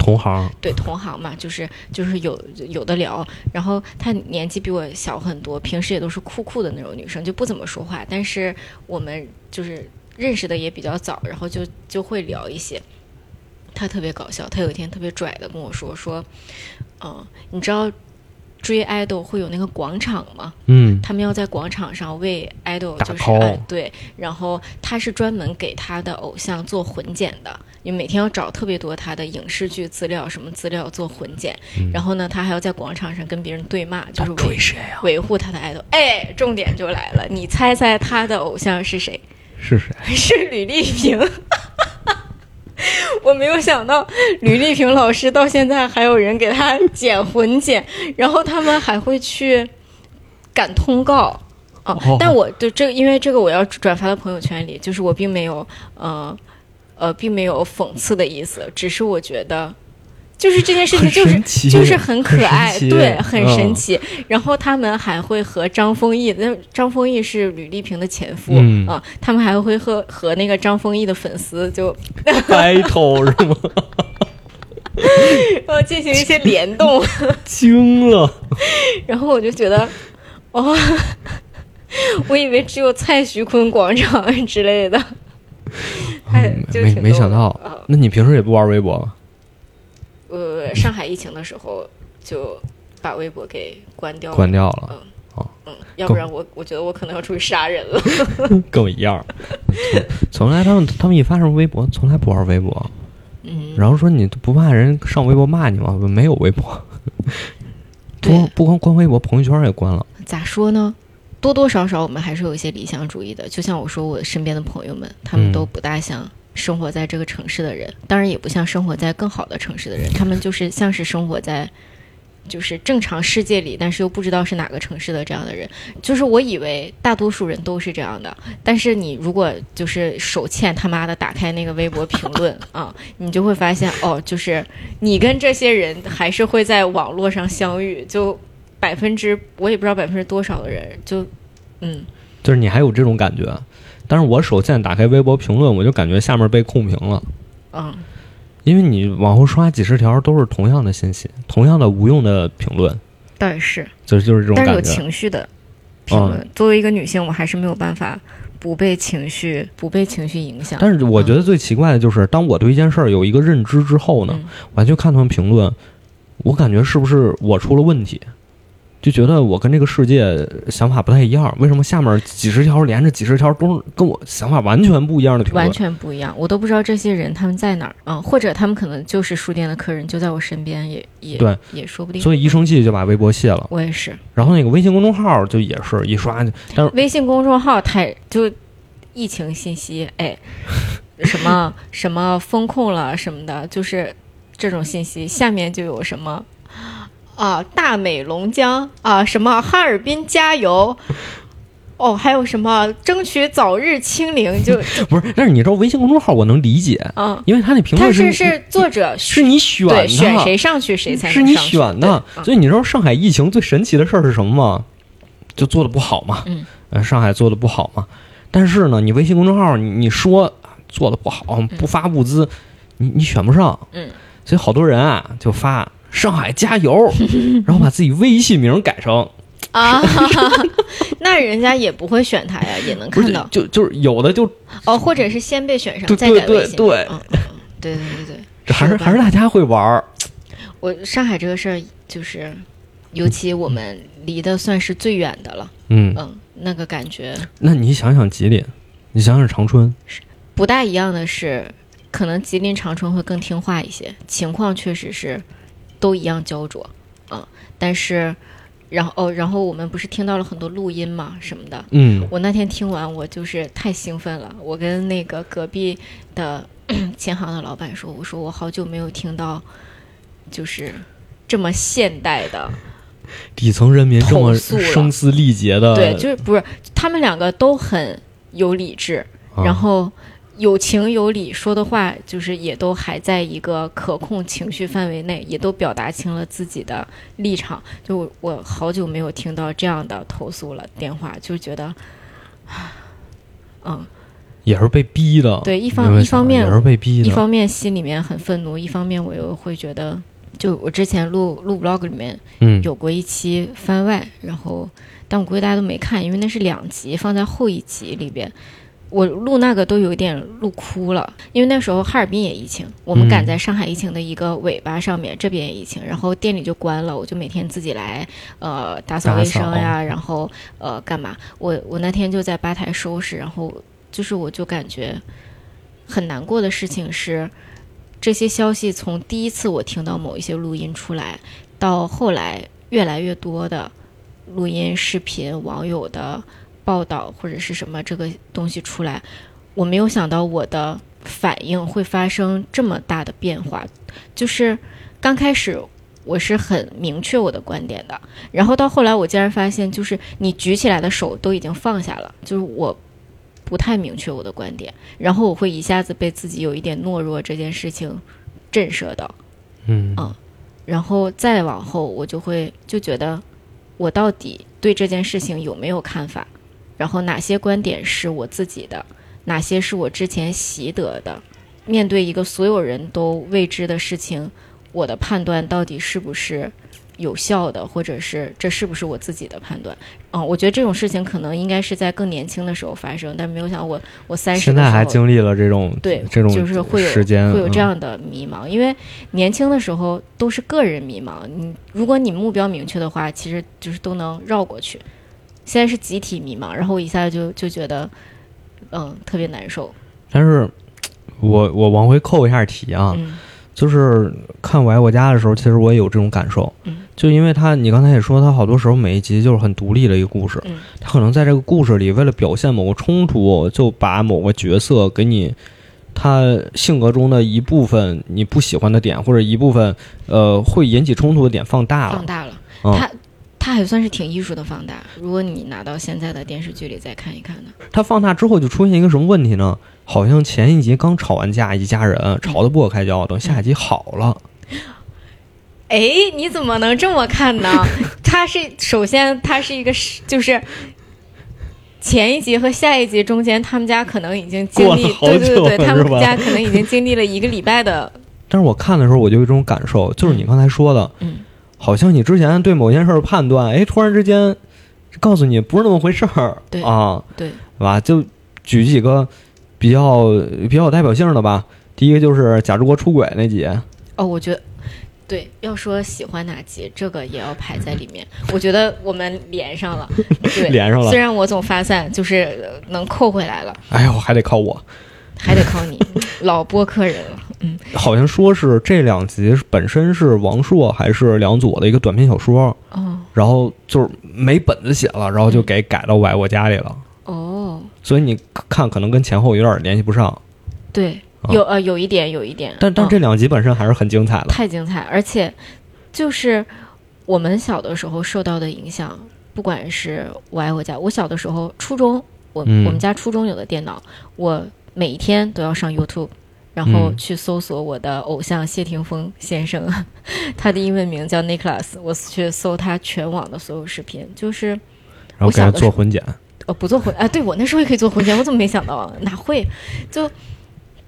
[SPEAKER 1] 同行，
[SPEAKER 2] 对同行嘛，就是就是有有的聊。然后她年纪比我小很多，平时也都是酷酷的那种女生，就不怎么说话。但是我们就是认识的也比较早，然后就就会聊一些。她特别搞笑，她有一天特别拽的跟我说说，嗯、你知道追爱豆会有那个广场吗？
[SPEAKER 1] 嗯，
[SPEAKER 2] 他们要在广场上为 idol
[SPEAKER 1] 打
[SPEAKER 2] 就是、
[SPEAKER 1] call
[SPEAKER 2] 啊、对，然后他是专门给他的偶像做混剪的，因为每天要找特别多他的影视剧资料什么资料做混剪，
[SPEAKER 1] 嗯
[SPEAKER 2] 然后呢，他还要在广场上跟别人对骂，就是维
[SPEAKER 1] 谁啊？
[SPEAKER 2] 维护他的 idol。哎，重点就来了，你猜猜他的偶像是谁？
[SPEAKER 1] 是谁？
[SPEAKER 2] 是吕丽萍。 我没有想到吕丽萍老师到现在还有人给她剪混剪，然后他们还会去赶通告啊。
[SPEAKER 1] 哦
[SPEAKER 2] 但我就这个，因为这个我要转发到朋友圈里，就是我并没有呃呃，并没有讽刺的意思，只是我觉得。就是这件事 情，
[SPEAKER 1] 很
[SPEAKER 2] 就是
[SPEAKER 1] 神奇
[SPEAKER 2] 就是很可爱，
[SPEAKER 1] 很神奇
[SPEAKER 2] 对，很神
[SPEAKER 1] 嗯
[SPEAKER 2] 奇。然后他们还会和张丰毅，那张丰毅是吕丽萍的前夫啊、
[SPEAKER 1] 嗯
[SPEAKER 2] 他们还会和和那个张丰毅的粉丝就
[SPEAKER 1] battle 是吗？
[SPEAKER 2] 呃进行一些联动，
[SPEAKER 1] 惊了，
[SPEAKER 2] 然后我就觉得，哦， 我以为只有蔡徐坤广场 之类的，哎，就
[SPEAKER 1] 嗯没
[SPEAKER 2] 挺
[SPEAKER 1] 没
[SPEAKER 2] 逗
[SPEAKER 1] 想
[SPEAKER 2] 的
[SPEAKER 1] 到
[SPEAKER 2] 啊。
[SPEAKER 1] 那你平时也不玩微博吗？
[SPEAKER 2] 呃，上海疫情的时候就把微博给关掉了，
[SPEAKER 1] 关掉了，
[SPEAKER 2] 嗯，要不然我我觉得我可能要出去杀人了。
[SPEAKER 1] 跟我一样。 从从来他们他们一发什么微博，从来不玩微博。
[SPEAKER 2] 嗯，
[SPEAKER 1] 然后说你不怕人上微博骂你吗？没有微 博，不光
[SPEAKER 2] 对
[SPEAKER 1] 不光关微博，朋友圈也关了。
[SPEAKER 2] 咋说呢？多多少少我们还是有一些理想主义的，就像我说我身边的朋友们，他们
[SPEAKER 1] 嗯
[SPEAKER 2] 都不大像生活在这个城市的人，当然也不像生活在更好的城市的人，他们就是像是生活在。就是正常世界里，但是又不知道是哪个城市的这样的人，就是我以为大多数人都是这样的，但是你如果就是手欠他妈的打开那个微博评论啊，你就会发现哦，就是你跟这些人还是会在网络上相遇，就百分之我也不知道百分之多少的人，就嗯，
[SPEAKER 1] 就是你还有这种感觉，但是我手贱打开微博评论，我就感觉下面被控评了，
[SPEAKER 2] 啊，
[SPEAKER 1] 因为你往后刷几十条都是同样的信息，同样的无用的评论，
[SPEAKER 2] 倒也是，
[SPEAKER 1] 就是就是这种
[SPEAKER 2] 但是有
[SPEAKER 1] 感觉。嗯
[SPEAKER 2] 情绪的评论，作为一个女性，我还是没有办法不被情绪不被情绪影响。
[SPEAKER 1] 但是我觉得最奇怪的就是，当我对一件事儿有一个认知之后呢，
[SPEAKER 2] 嗯
[SPEAKER 1] 我还去看他们评论，我感觉是不是我出了问题？就觉得我跟这个世界想法不太一样，为什么下面几十条连着几十条都是跟我想法完全不一样的评论
[SPEAKER 2] 完？全不一样，我都不知道这些人他们在哪儿啊、嗯或者他们可能就是书店的客人，就在我身边也，也
[SPEAKER 1] 对
[SPEAKER 2] 也说不定。
[SPEAKER 1] 所以一生气就把微博卸了，
[SPEAKER 2] 我也是，
[SPEAKER 1] 然后那个微信公众号就也是一刷就，但是
[SPEAKER 2] 微信公众号太就疫情信息，哎，什 么什么风控了什么的，就是这种信息，下面就有什么啊，大美龙江啊，什么哈尔滨加油。哦，还有什么争取早日清 零？就
[SPEAKER 1] 不是，但是你知道微信公众号我能理解，
[SPEAKER 2] 啊，
[SPEAKER 1] 因为他那评
[SPEAKER 2] 他
[SPEAKER 1] 论
[SPEAKER 2] 是
[SPEAKER 1] 是
[SPEAKER 2] 是作者
[SPEAKER 1] 是你选的，
[SPEAKER 2] 对选谁上去谁才能
[SPEAKER 1] 是你
[SPEAKER 2] 上去
[SPEAKER 1] 选的。
[SPEAKER 2] 对嗯
[SPEAKER 1] 所以你知道上海疫情最神奇的事儿是什么吗？就做的不好嘛，
[SPEAKER 2] 嗯，
[SPEAKER 1] 呃，上海做的不好嘛。但是呢，你微信公众号你你说啊做的不好，不发物资，你你选不上，
[SPEAKER 2] 嗯，
[SPEAKER 1] 所以好多人啊就发上海加 油，然后把自己微信名改成
[SPEAKER 2] 啊， 那人家也不会选他呀，也能
[SPEAKER 1] 不
[SPEAKER 2] 看
[SPEAKER 1] 是
[SPEAKER 2] 到
[SPEAKER 1] 就就是有的就
[SPEAKER 2] 哦，或者是先被选上，
[SPEAKER 1] 对
[SPEAKER 2] 再改
[SPEAKER 1] 对
[SPEAKER 2] 微信。
[SPEAKER 1] 对
[SPEAKER 2] 嗯，嗯嗯对对对对，
[SPEAKER 1] 还是
[SPEAKER 2] 吧
[SPEAKER 1] 还是大家会玩儿，
[SPEAKER 2] 我上海这个事儿，就是尤其我们离的算是最远的了，
[SPEAKER 1] 嗯，
[SPEAKER 2] 嗯，那个感觉
[SPEAKER 1] 那你想想吉林，你想想长春，
[SPEAKER 2] 不大一样的是，可能吉林长春会更听话一些，情况确实是都一样焦灼，嗯，但是然后哦，然后我们不是听到了很多录音嘛什么的，
[SPEAKER 1] 嗯，
[SPEAKER 2] 我那天听完，我就是太兴奋了。我跟那个隔壁的 琴行的老板说：“我说我好久没有听到，就是这么现代的，
[SPEAKER 1] 底层人民这么
[SPEAKER 2] 投诉了
[SPEAKER 1] 声嘶力竭的，
[SPEAKER 2] 对，就是不是他们两个都很有理智，
[SPEAKER 1] 啊
[SPEAKER 2] 然后有情有理，说的话就是也都还在一个可控情绪范围内，也都表达清了自己的立场。就我我好久没有听到这样的投诉了电话，就觉得，嗯。”
[SPEAKER 1] 也是被逼的。
[SPEAKER 2] 对一
[SPEAKER 1] 你
[SPEAKER 2] 方
[SPEAKER 1] 有没有
[SPEAKER 2] 一
[SPEAKER 1] 想
[SPEAKER 2] 方
[SPEAKER 1] 过
[SPEAKER 2] 面
[SPEAKER 1] 也是被逼
[SPEAKER 2] 一
[SPEAKER 1] 的。
[SPEAKER 2] 方面心里面很愤怒，一方面我又会觉得，就我之前录录 vlog 里面
[SPEAKER 1] 嗯，
[SPEAKER 2] 有过一期番外，然后但我估计大家都没看，因为那是两集放在后一集里边。我录那个都有点录哭了，因为那时候哈尔滨也疫情，我们
[SPEAKER 1] 嗯
[SPEAKER 2] 赶在上海疫情的一个尾巴上面，这边也疫情，然后店里就关了，我就每天自己来，呃，打扫
[SPEAKER 1] 打
[SPEAKER 2] 卫
[SPEAKER 1] 扫哦
[SPEAKER 2] 生呀，然后呃干嘛？我我那天就在吧台收拾，然后就是我就感觉很难过的事情是，这些消息从第一次我听到某一些录音出来，到后来越来越多的录音、视频、网友的报道或者是什么这个东西出来，我没有想到我的反应会发生这么大的变化。就是刚开始我是很明确我的观点的，然后到后来我竟然发现，就是你举起来的手都已经放下了，就是我不太明确我的观点，然后我会一下子被自己有一点懦弱这件事情震慑到，
[SPEAKER 1] 嗯
[SPEAKER 2] 啊然后再往后我就会就觉得我到底对这件事情有没有看法，然后哪些观点是我自己的，哪些是我之前习得的。面对一个所有人都未知的事情，我的判断到底是不是有效的，或者是这是不是我自己的判断？嗯，我觉得这种事情可能应该是在更年轻的时候发生，但没有想到我我三十
[SPEAKER 1] 现在还
[SPEAKER 2] 的时候
[SPEAKER 1] 经历了这种
[SPEAKER 2] 对
[SPEAKER 1] 这种
[SPEAKER 2] 就是会有
[SPEAKER 1] 时间
[SPEAKER 2] 会有
[SPEAKER 1] 嗯
[SPEAKER 2] 这样的迷茫，因为年轻的时候都是个人迷茫，你如果你目标明确的话，其实就是都能绕过去。现在是集体迷茫，然后我一下就就觉得，嗯，特别难受。
[SPEAKER 1] 但是我我往回扣一下题啊，
[SPEAKER 2] 嗯
[SPEAKER 1] 就是看《我爱我家》的时候，其实我也有这种感受，
[SPEAKER 2] 嗯
[SPEAKER 1] 就因为他，你刚才也说，他好多时候每一集就是很独立的一个故事，
[SPEAKER 2] 嗯
[SPEAKER 1] 他可能在这个故事里，为了表现某个冲突，就把某个角色给你他性格中的一部分你不喜欢的点，或者一部分呃会引起冲突的点放大了
[SPEAKER 2] 放，大了，
[SPEAKER 1] 嗯
[SPEAKER 2] 他他还算是挺艺术的放大。如果你拿到现在的电视剧里再看一看呢，
[SPEAKER 1] 它放大之后就出现一个什么问题呢？好像前一集刚吵完架，一家
[SPEAKER 2] 嗯
[SPEAKER 1] 人吵得不可开交，等下一集好了，
[SPEAKER 2] 哎，你怎么能这么看 呢？它是首先，它是一个是就是前一集和下一集中间，他们家可能已经经历，
[SPEAKER 1] 过了好
[SPEAKER 2] 对对对
[SPEAKER 1] 久
[SPEAKER 2] 对，他
[SPEAKER 1] 是吧
[SPEAKER 2] 们家可能已经经历了一个礼拜的，
[SPEAKER 1] 但是我看的时候我就有一种感受，就是你刚才说的，
[SPEAKER 2] 嗯
[SPEAKER 1] 好像你之前对某件事儿判断，哎，突然之间告诉你不是那么回事儿，
[SPEAKER 2] 对
[SPEAKER 1] 啊，
[SPEAKER 2] 对，
[SPEAKER 1] 对吧？就举几个比较比较有代表性的吧。第一个就是贾志国出轨那集，
[SPEAKER 2] 哦，我觉得。对，要说喜欢哪集，这个也要排在里 面。我觉得我们连上了，对，
[SPEAKER 1] 连上了
[SPEAKER 2] 虽然我总发散，就是呃能扣回来了，
[SPEAKER 1] 哎呦，还得靠我。
[SPEAKER 2] 还得靠 你，老播客人了。嗯，
[SPEAKER 1] 好像说是这两集本身是王朔还是梁左的一个短篇小说，
[SPEAKER 2] 哦
[SPEAKER 1] 然后就是没本子写了，然后就给改到我爱我家里了。
[SPEAKER 2] 哦，
[SPEAKER 1] 所以你看，可能跟前后有点联系不上，
[SPEAKER 2] 对，
[SPEAKER 1] 啊
[SPEAKER 2] 有呃有一点有一点，
[SPEAKER 1] 但但
[SPEAKER 2] 嗯
[SPEAKER 1] 这两集本身还是很精彩的。
[SPEAKER 2] 太精彩，而且就是我们小的时候受到的影响，不管是我爱我家，我小的时候初中，我、
[SPEAKER 1] 嗯
[SPEAKER 2] 我们家初中有的电脑，我每一天都要上 YouTube。然后
[SPEAKER 1] 嗯
[SPEAKER 2] 去搜索我的偶像谢霆锋先生， 他的英文名叫 Nicholas，我去搜他全网的所有视频，就是
[SPEAKER 1] 然后
[SPEAKER 2] 我
[SPEAKER 1] 给
[SPEAKER 2] 小
[SPEAKER 1] 他
[SPEAKER 2] 的时
[SPEAKER 1] 做
[SPEAKER 2] 候
[SPEAKER 1] 混剪，
[SPEAKER 2] 呃，不做婚啊，对我那时候也可以做婚前，我怎么没想到啊？哪会？就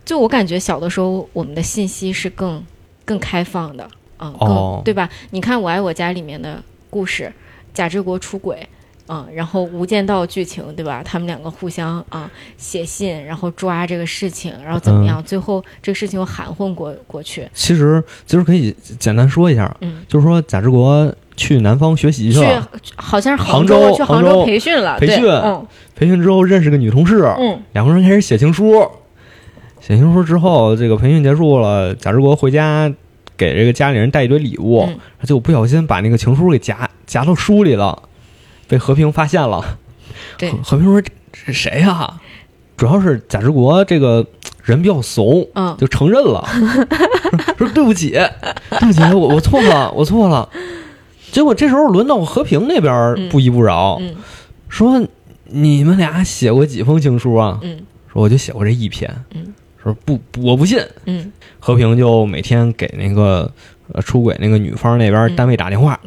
[SPEAKER 2] 就我感觉小的时候，我们的信息是更更开放的啊，更、
[SPEAKER 1] 哦
[SPEAKER 2] 对吧？你看《我爱我家》里面的故事，贾志国出轨。啊、然后《无间道》剧情对吧？他们两个互相啊、写信，然后抓这个事情，然后怎
[SPEAKER 1] 嗯
[SPEAKER 2] 么样？最后这个事情又含混过过去，
[SPEAKER 1] 其实其实可以简单说一下，
[SPEAKER 2] 嗯，
[SPEAKER 1] 就是说贾志国去南方学习
[SPEAKER 2] 去
[SPEAKER 1] 去了，
[SPEAKER 2] 好像是
[SPEAKER 1] 杭
[SPEAKER 2] 州
[SPEAKER 1] 州
[SPEAKER 2] 去
[SPEAKER 1] 杭
[SPEAKER 2] 杭
[SPEAKER 1] 州
[SPEAKER 2] 培训了，
[SPEAKER 1] 培训
[SPEAKER 2] 对，嗯
[SPEAKER 1] 培训之后认识个女同事，
[SPEAKER 2] 嗯，
[SPEAKER 1] 两个人开始写情书。写情书之后，这个培训结束了，贾志国回家给这个家里人带一堆礼物，
[SPEAKER 2] 嗯
[SPEAKER 1] 结果不小心把那个情书给夹夹到书里了，被和平发现了。
[SPEAKER 2] 对
[SPEAKER 1] 和，和平说：“这这谁呀、主要是贾志国这个人比较怂，
[SPEAKER 2] 嗯
[SPEAKER 1] 就承认 了，说说对不起，对不起，我我错了，我错了。结果这时候轮到和平那边儿
[SPEAKER 2] 嗯
[SPEAKER 1] 不依不饶，
[SPEAKER 2] 嗯
[SPEAKER 1] 说你们俩写过几封情书啊？
[SPEAKER 2] 嗯
[SPEAKER 1] 说我就写过这一篇。
[SPEAKER 2] 嗯
[SPEAKER 1] 说不，不我不信。
[SPEAKER 2] 嗯，
[SPEAKER 1] 和平就每天给那个呃出轨那个女方那边
[SPEAKER 2] 嗯
[SPEAKER 1] 单位打电话，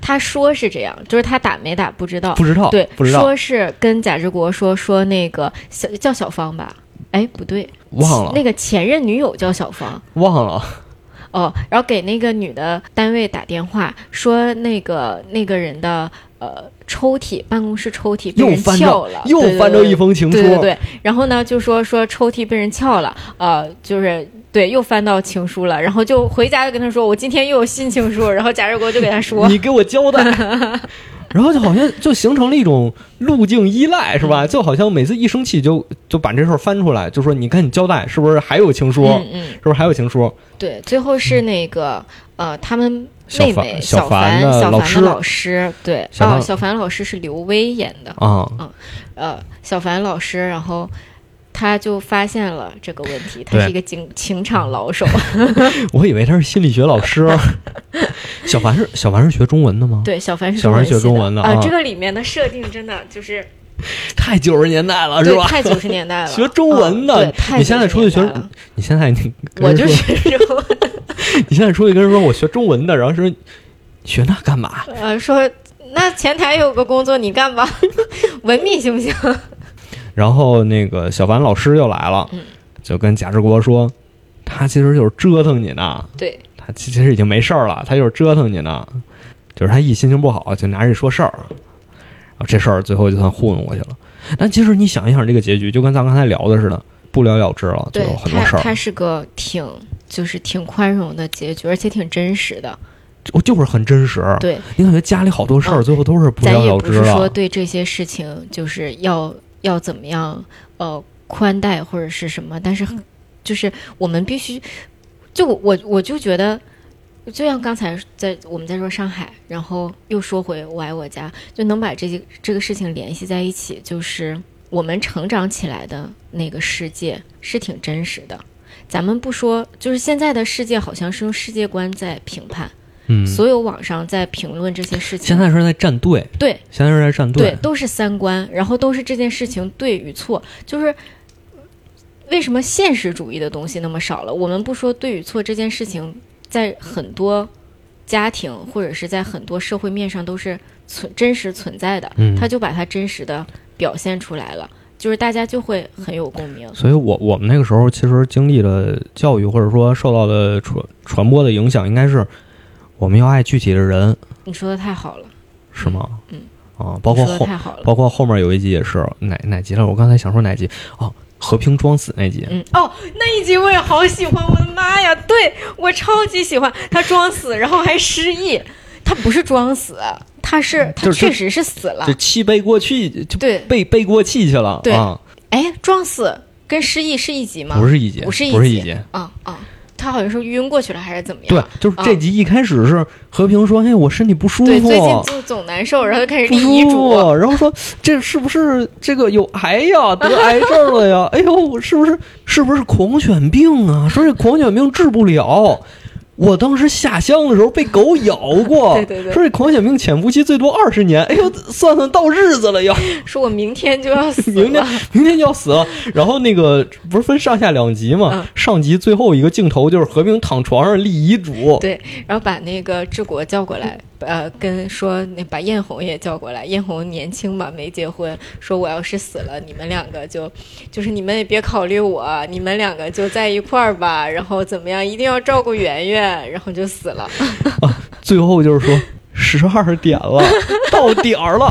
[SPEAKER 2] 他说是这样，就是他打没打不知道，
[SPEAKER 1] 不知道，
[SPEAKER 2] 哦对，
[SPEAKER 1] 不知道，
[SPEAKER 2] 说是跟贾志国说说那个小叫小芳吧，哎不对，
[SPEAKER 1] 忘了，
[SPEAKER 2] 那个前任女友叫小芳
[SPEAKER 1] 忘了。
[SPEAKER 2] 哦，然后给那个女的单位打电话说那个那个人的呃抽屉办公室抽屉被
[SPEAKER 1] 又
[SPEAKER 2] 人
[SPEAKER 1] 翻
[SPEAKER 2] 撬
[SPEAKER 1] 着
[SPEAKER 2] 了，，
[SPEAKER 1] 又
[SPEAKER 2] 对
[SPEAKER 1] 翻着一。封情书，
[SPEAKER 2] 对对对对对，然后呢，就说说抽屉被人撬了，呃，就是对，又翻到情书了，然后就回家就跟他说，我今天又有新情书，然后贾志国就给他说，
[SPEAKER 1] 你给我交代。然后就好像就形成了一种路径依赖，是
[SPEAKER 2] 嗯
[SPEAKER 1] 吧？就好像每次一生气就就把这事儿翻出来，就说你赶紧交代，是不是还有情书？
[SPEAKER 2] 嗯嗯，
[SPEAKER 1] 是不是还有情书？
[SPEAKER 2] 对，最后是那个、呃，他们
[SPEAKER 1] 小
[SPEAKER 2] 妹
[SPEAKER 1] 凡
[SPEAKER 2] 妹
[SPEAKER 1] 小凡
[SPEAKER 2] 凡
[SPEAKER 1] 的
[SPEAKER 2] 小
[SPEAKER 1] 老
[SPEAKER 2] 凡
[SPEAKER 1] 师
[SPEAKER 2] 的老师，对，
[SPEAKER 1] 小
[SPEAKER 2] 哦，
[SPEAKER 1] 凡
[SPEAKER 2] 小凡老师是刘威演的，
[SPEAKER 1] 啊，
[SPEAKER 2] 呃，小凡老师，然后。他就发现了这个问题，他是一个情情场 老手。
[SPEAKER 1] 我以为他是心理学老 师。小凡是小凡是学中文的吗？
[SPEAKER 2] 对，小凡是
[SPEAKER 1] 小凡学中文的
[SPEAKER 2] 啊、
[SPEAKER 1] 啊
[SPEAKER 2] 这个里面的设定真的就是
[SPEAKER 1] 太九十年代了，是
[SPEAKER 2] 对，
[SPEAKER 1] 吧？
[SPEAKER 2] 太九十年代了，
[SPEAKER 1] 哎啊学中文
[SPEAKER 2] 嗯
[SPEAKER 1] 的
[SPEAKER 2] 对，太
[SPEAKER 1] 你现在出去
[SPEAKER 2] 90
[SPEAKER 1] 学
[SPEAKER 2] 年代了，
[SPEAKER 1] 你现在你跟
[SPEAKER 2] 我
[SPEAKER 1] 人
[SPEAKER 2] 就
[SPEAKER 1] 说
[SPEAKER 2] 是这种
[SPEAKER 1] 你现在出去跟人说我学中文的，然后说学那干嘛？
[SPEAKER 2] 呃说。那前台有个工作，你干吧， 文秘行不行？
[SPEAKER 1] 然后那个小凡老师又来了，
[SPEAKER 2] 嗯
[SPEAKER 1] 就跟贾志国说，他其实就是折腾你呢，
[SPEAKER 2] 对，
[SPEAKER 1] 他其实已经没事儿了，他就是折腾你呢，就是他一心情不好就拿这说事儿，啊，这事儿最后就算糊弄过去了。但其实你想一想这个结局，就跟咱刚才聊的似的，不了了之了，就
[SPEAKER 2] 对
[SPEAKER 1] 有很多
[SPEAKER 2] 他，
[SPEAKER 1] 事
[SPEAKER 2] 他
[SPEAKER 1] 儿，
[SPEAKER 2] 是个挺就是挺宽容的结局，而且挺真实的。
[SPEAKER 1] 我就是很真实。
[SPEAKER 2] 对，
[SPEAKER 1] 你感觉家里好多事儿
[SPEAKER 2] 啊
[SPEAKER 1] 最后都是不
[SPEAKER 2] 咱
[SPEAKER 1] 了
[SPEAKER 2] 也
[SPEAKER 1] 了
[SPEAKER 2] 不
[SPEAKER 1] 之
[SPEAKER 2] 是说
[SPEAKER 1] 了，
[SPEAKER 2] 对这些事情就是要要怎么样呃宽待或者是什么，但是很就是我们必须，就我我就觉得。就像刚才在我们在说上海，然后又说回我爱我家，就能把这些这个事情联系在一起，就是我们成长起来的那个世界是挺真实的。咱们不说，就是现在的世界好像是用世界观在评判，
[SPEAKER 1] 嗯。
[SPEAKER 2] 所有网上在评论这些事情，
[SPEAKER 1] 现在是在站队，
[SPEAKER 2] 对
[SPEAKER 1] 现在是在站队，
[SPEAKER 2] 都是三观，然后都是这件事情对与错，就是为什么现实主义的东西那么少了？我们不说对与错这件事情，在很多家庭或者是在很多社会面上都是存真实存在的，
[SPEAKER 1] 嗯
[SPEAKER 2] 他就把它真实的表现出来了，就是大家就会很有共鸣。
[SPEAKER 1] 所以我我们那个时候其实经历的教育，或者说受到的传传播的影响，应该是我们要爱具体的人，
[SPEAKER 2] 你说的太好了，
[SPEAKER 1] 是吗？
[SPEAKER 2] 嗯，
[SPEAKER 1] 啊，包括
[SPEAKER 2] 你说的
[SPEAKER 1] 后
[SPEAKER 2] 太好了。
[SPEAKER 1] 包括后面有一集也是哪哪集了？我刚才想说哪集哦，和平装死那集。
[SPEAKER 2] 嗯，哦，那一集我也好喜欢，我的妈呀，对我超级喜欢。他装死，然后还失忆，他不是装死，他是
[SPEAKER 1] 嗯
[SPEAKER 2] 他
[SPEAKER 1] 就是
[SPEAKER 2] 确实是死了
[SPEAKER 1] 就。气背过去，就
[SPEAKER 2] 对，
[SPEAKER 1] 背背过气去了
[SPEAKER 2] 嗯对
[SPEAKER 1] 啊！
[SPEAKER 2] 哎，装死跟失忆是一集吗？
[SPEAKER 1] 不是一集，
[SPEAKER 2] 不是一集
[SPEAKER 1] 不是一集。
[SPEAKER 2] 啊啊，他好像是晕过去了还是怎么样？
[SPEAKER 1] 对，就是这集一开始是和平说：“哎，我身体不舒服，
[SPEAKER 2] 啊对最近就总难受，然后就开始
[SPEAKER 1] 不
[SPEAKER 2] 立
[SPEAKER 1] 舒
[SPEAKER 2] 遗嘱。
[SPEAKER 1] 服，然后说这是不是这个有癌呀，得癌症了呀？哎呦，是不是是不是狂犬病啊？说这狂犬病治不了。我当时下乡的时候被狗咬过，
[SPEAKER 2] 对对对
[SPEAKER 1] 说这狂犬病潜伏期最多二十年。哎呦，算算到日子了要，
[SPEAKER 2] 说我明天就要 死
[SPEAKER 1] 明天
[SPEAKER 2] 了，
[SPEAKER 1] 明天就要死了。然后那个不是分上下两集嘛？
[SPEAKER 2] 嗯
[SPEAKER 1] 上集最后一个镜头就是何冰躺床上立遗嘱，
[SPEAKER 2] 对，然后把那个治国叫过来，呃，跟说那把艳红也叫过来。艳红年轻嘛，没结婚，说我要是死了，你们两个就就是你们也别考虑我，你们两个就在一块儿吧。然后怎么样，一定要照顾圆圆，然后就死了。
[SPEAKER 1] 最后就是说十二点 了，到点儿了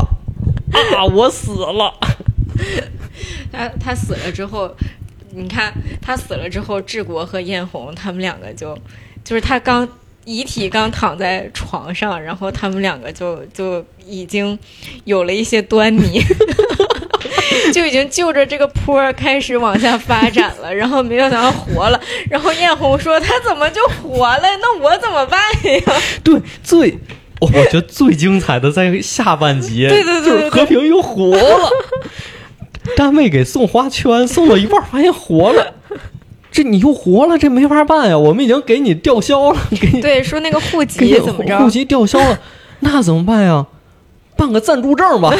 [SPEAKER 1] 啊，我死了。
[SPEAKER 2] 他他死了之后，你看他死了之后，治国和艳红他们两个就就是他刚。遗体刚躺在床上，然后他们两个就就已经有了一些端倪， 就已经就着这个坡儿开始往下发展了。然后没有想到活了，然后艳红说：“他怎么就活了？那我怎么办呀？”
[SPEAKER 1] 对，最我我觉得最精彩的在下半集，
[SPEAKER 2] 对对对对
[SPEAKER 1] 就是和平又活 了，单位给送花圈，送到一半儿发现活了。这你又活了，这没法办呀！我们已经给你吊销了，给你
[SPEAKER 2] 对，说那个户
[SPEAKER 1] 给
[SPEAKER 2] 籍
[SPEAKER 1] 你
[SPEAKER 2] 怎么着？
[SPEAKER 1] 户籍吊销了，那怎么办呀？办个暂住证 吧。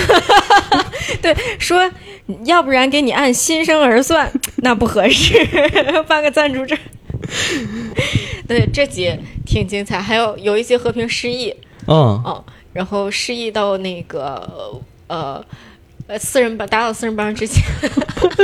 [SPEAKER 2] 对，说要不然给你按新生儿算， 那不合适， 办个暂住证。 对，这集挺精彩，还有有一集和平失忆
[SPEAKER 1] 嗯，
[SPEAKER 2] 哦，然后失忆到那个呃呃四人帮打倒四人帮之前，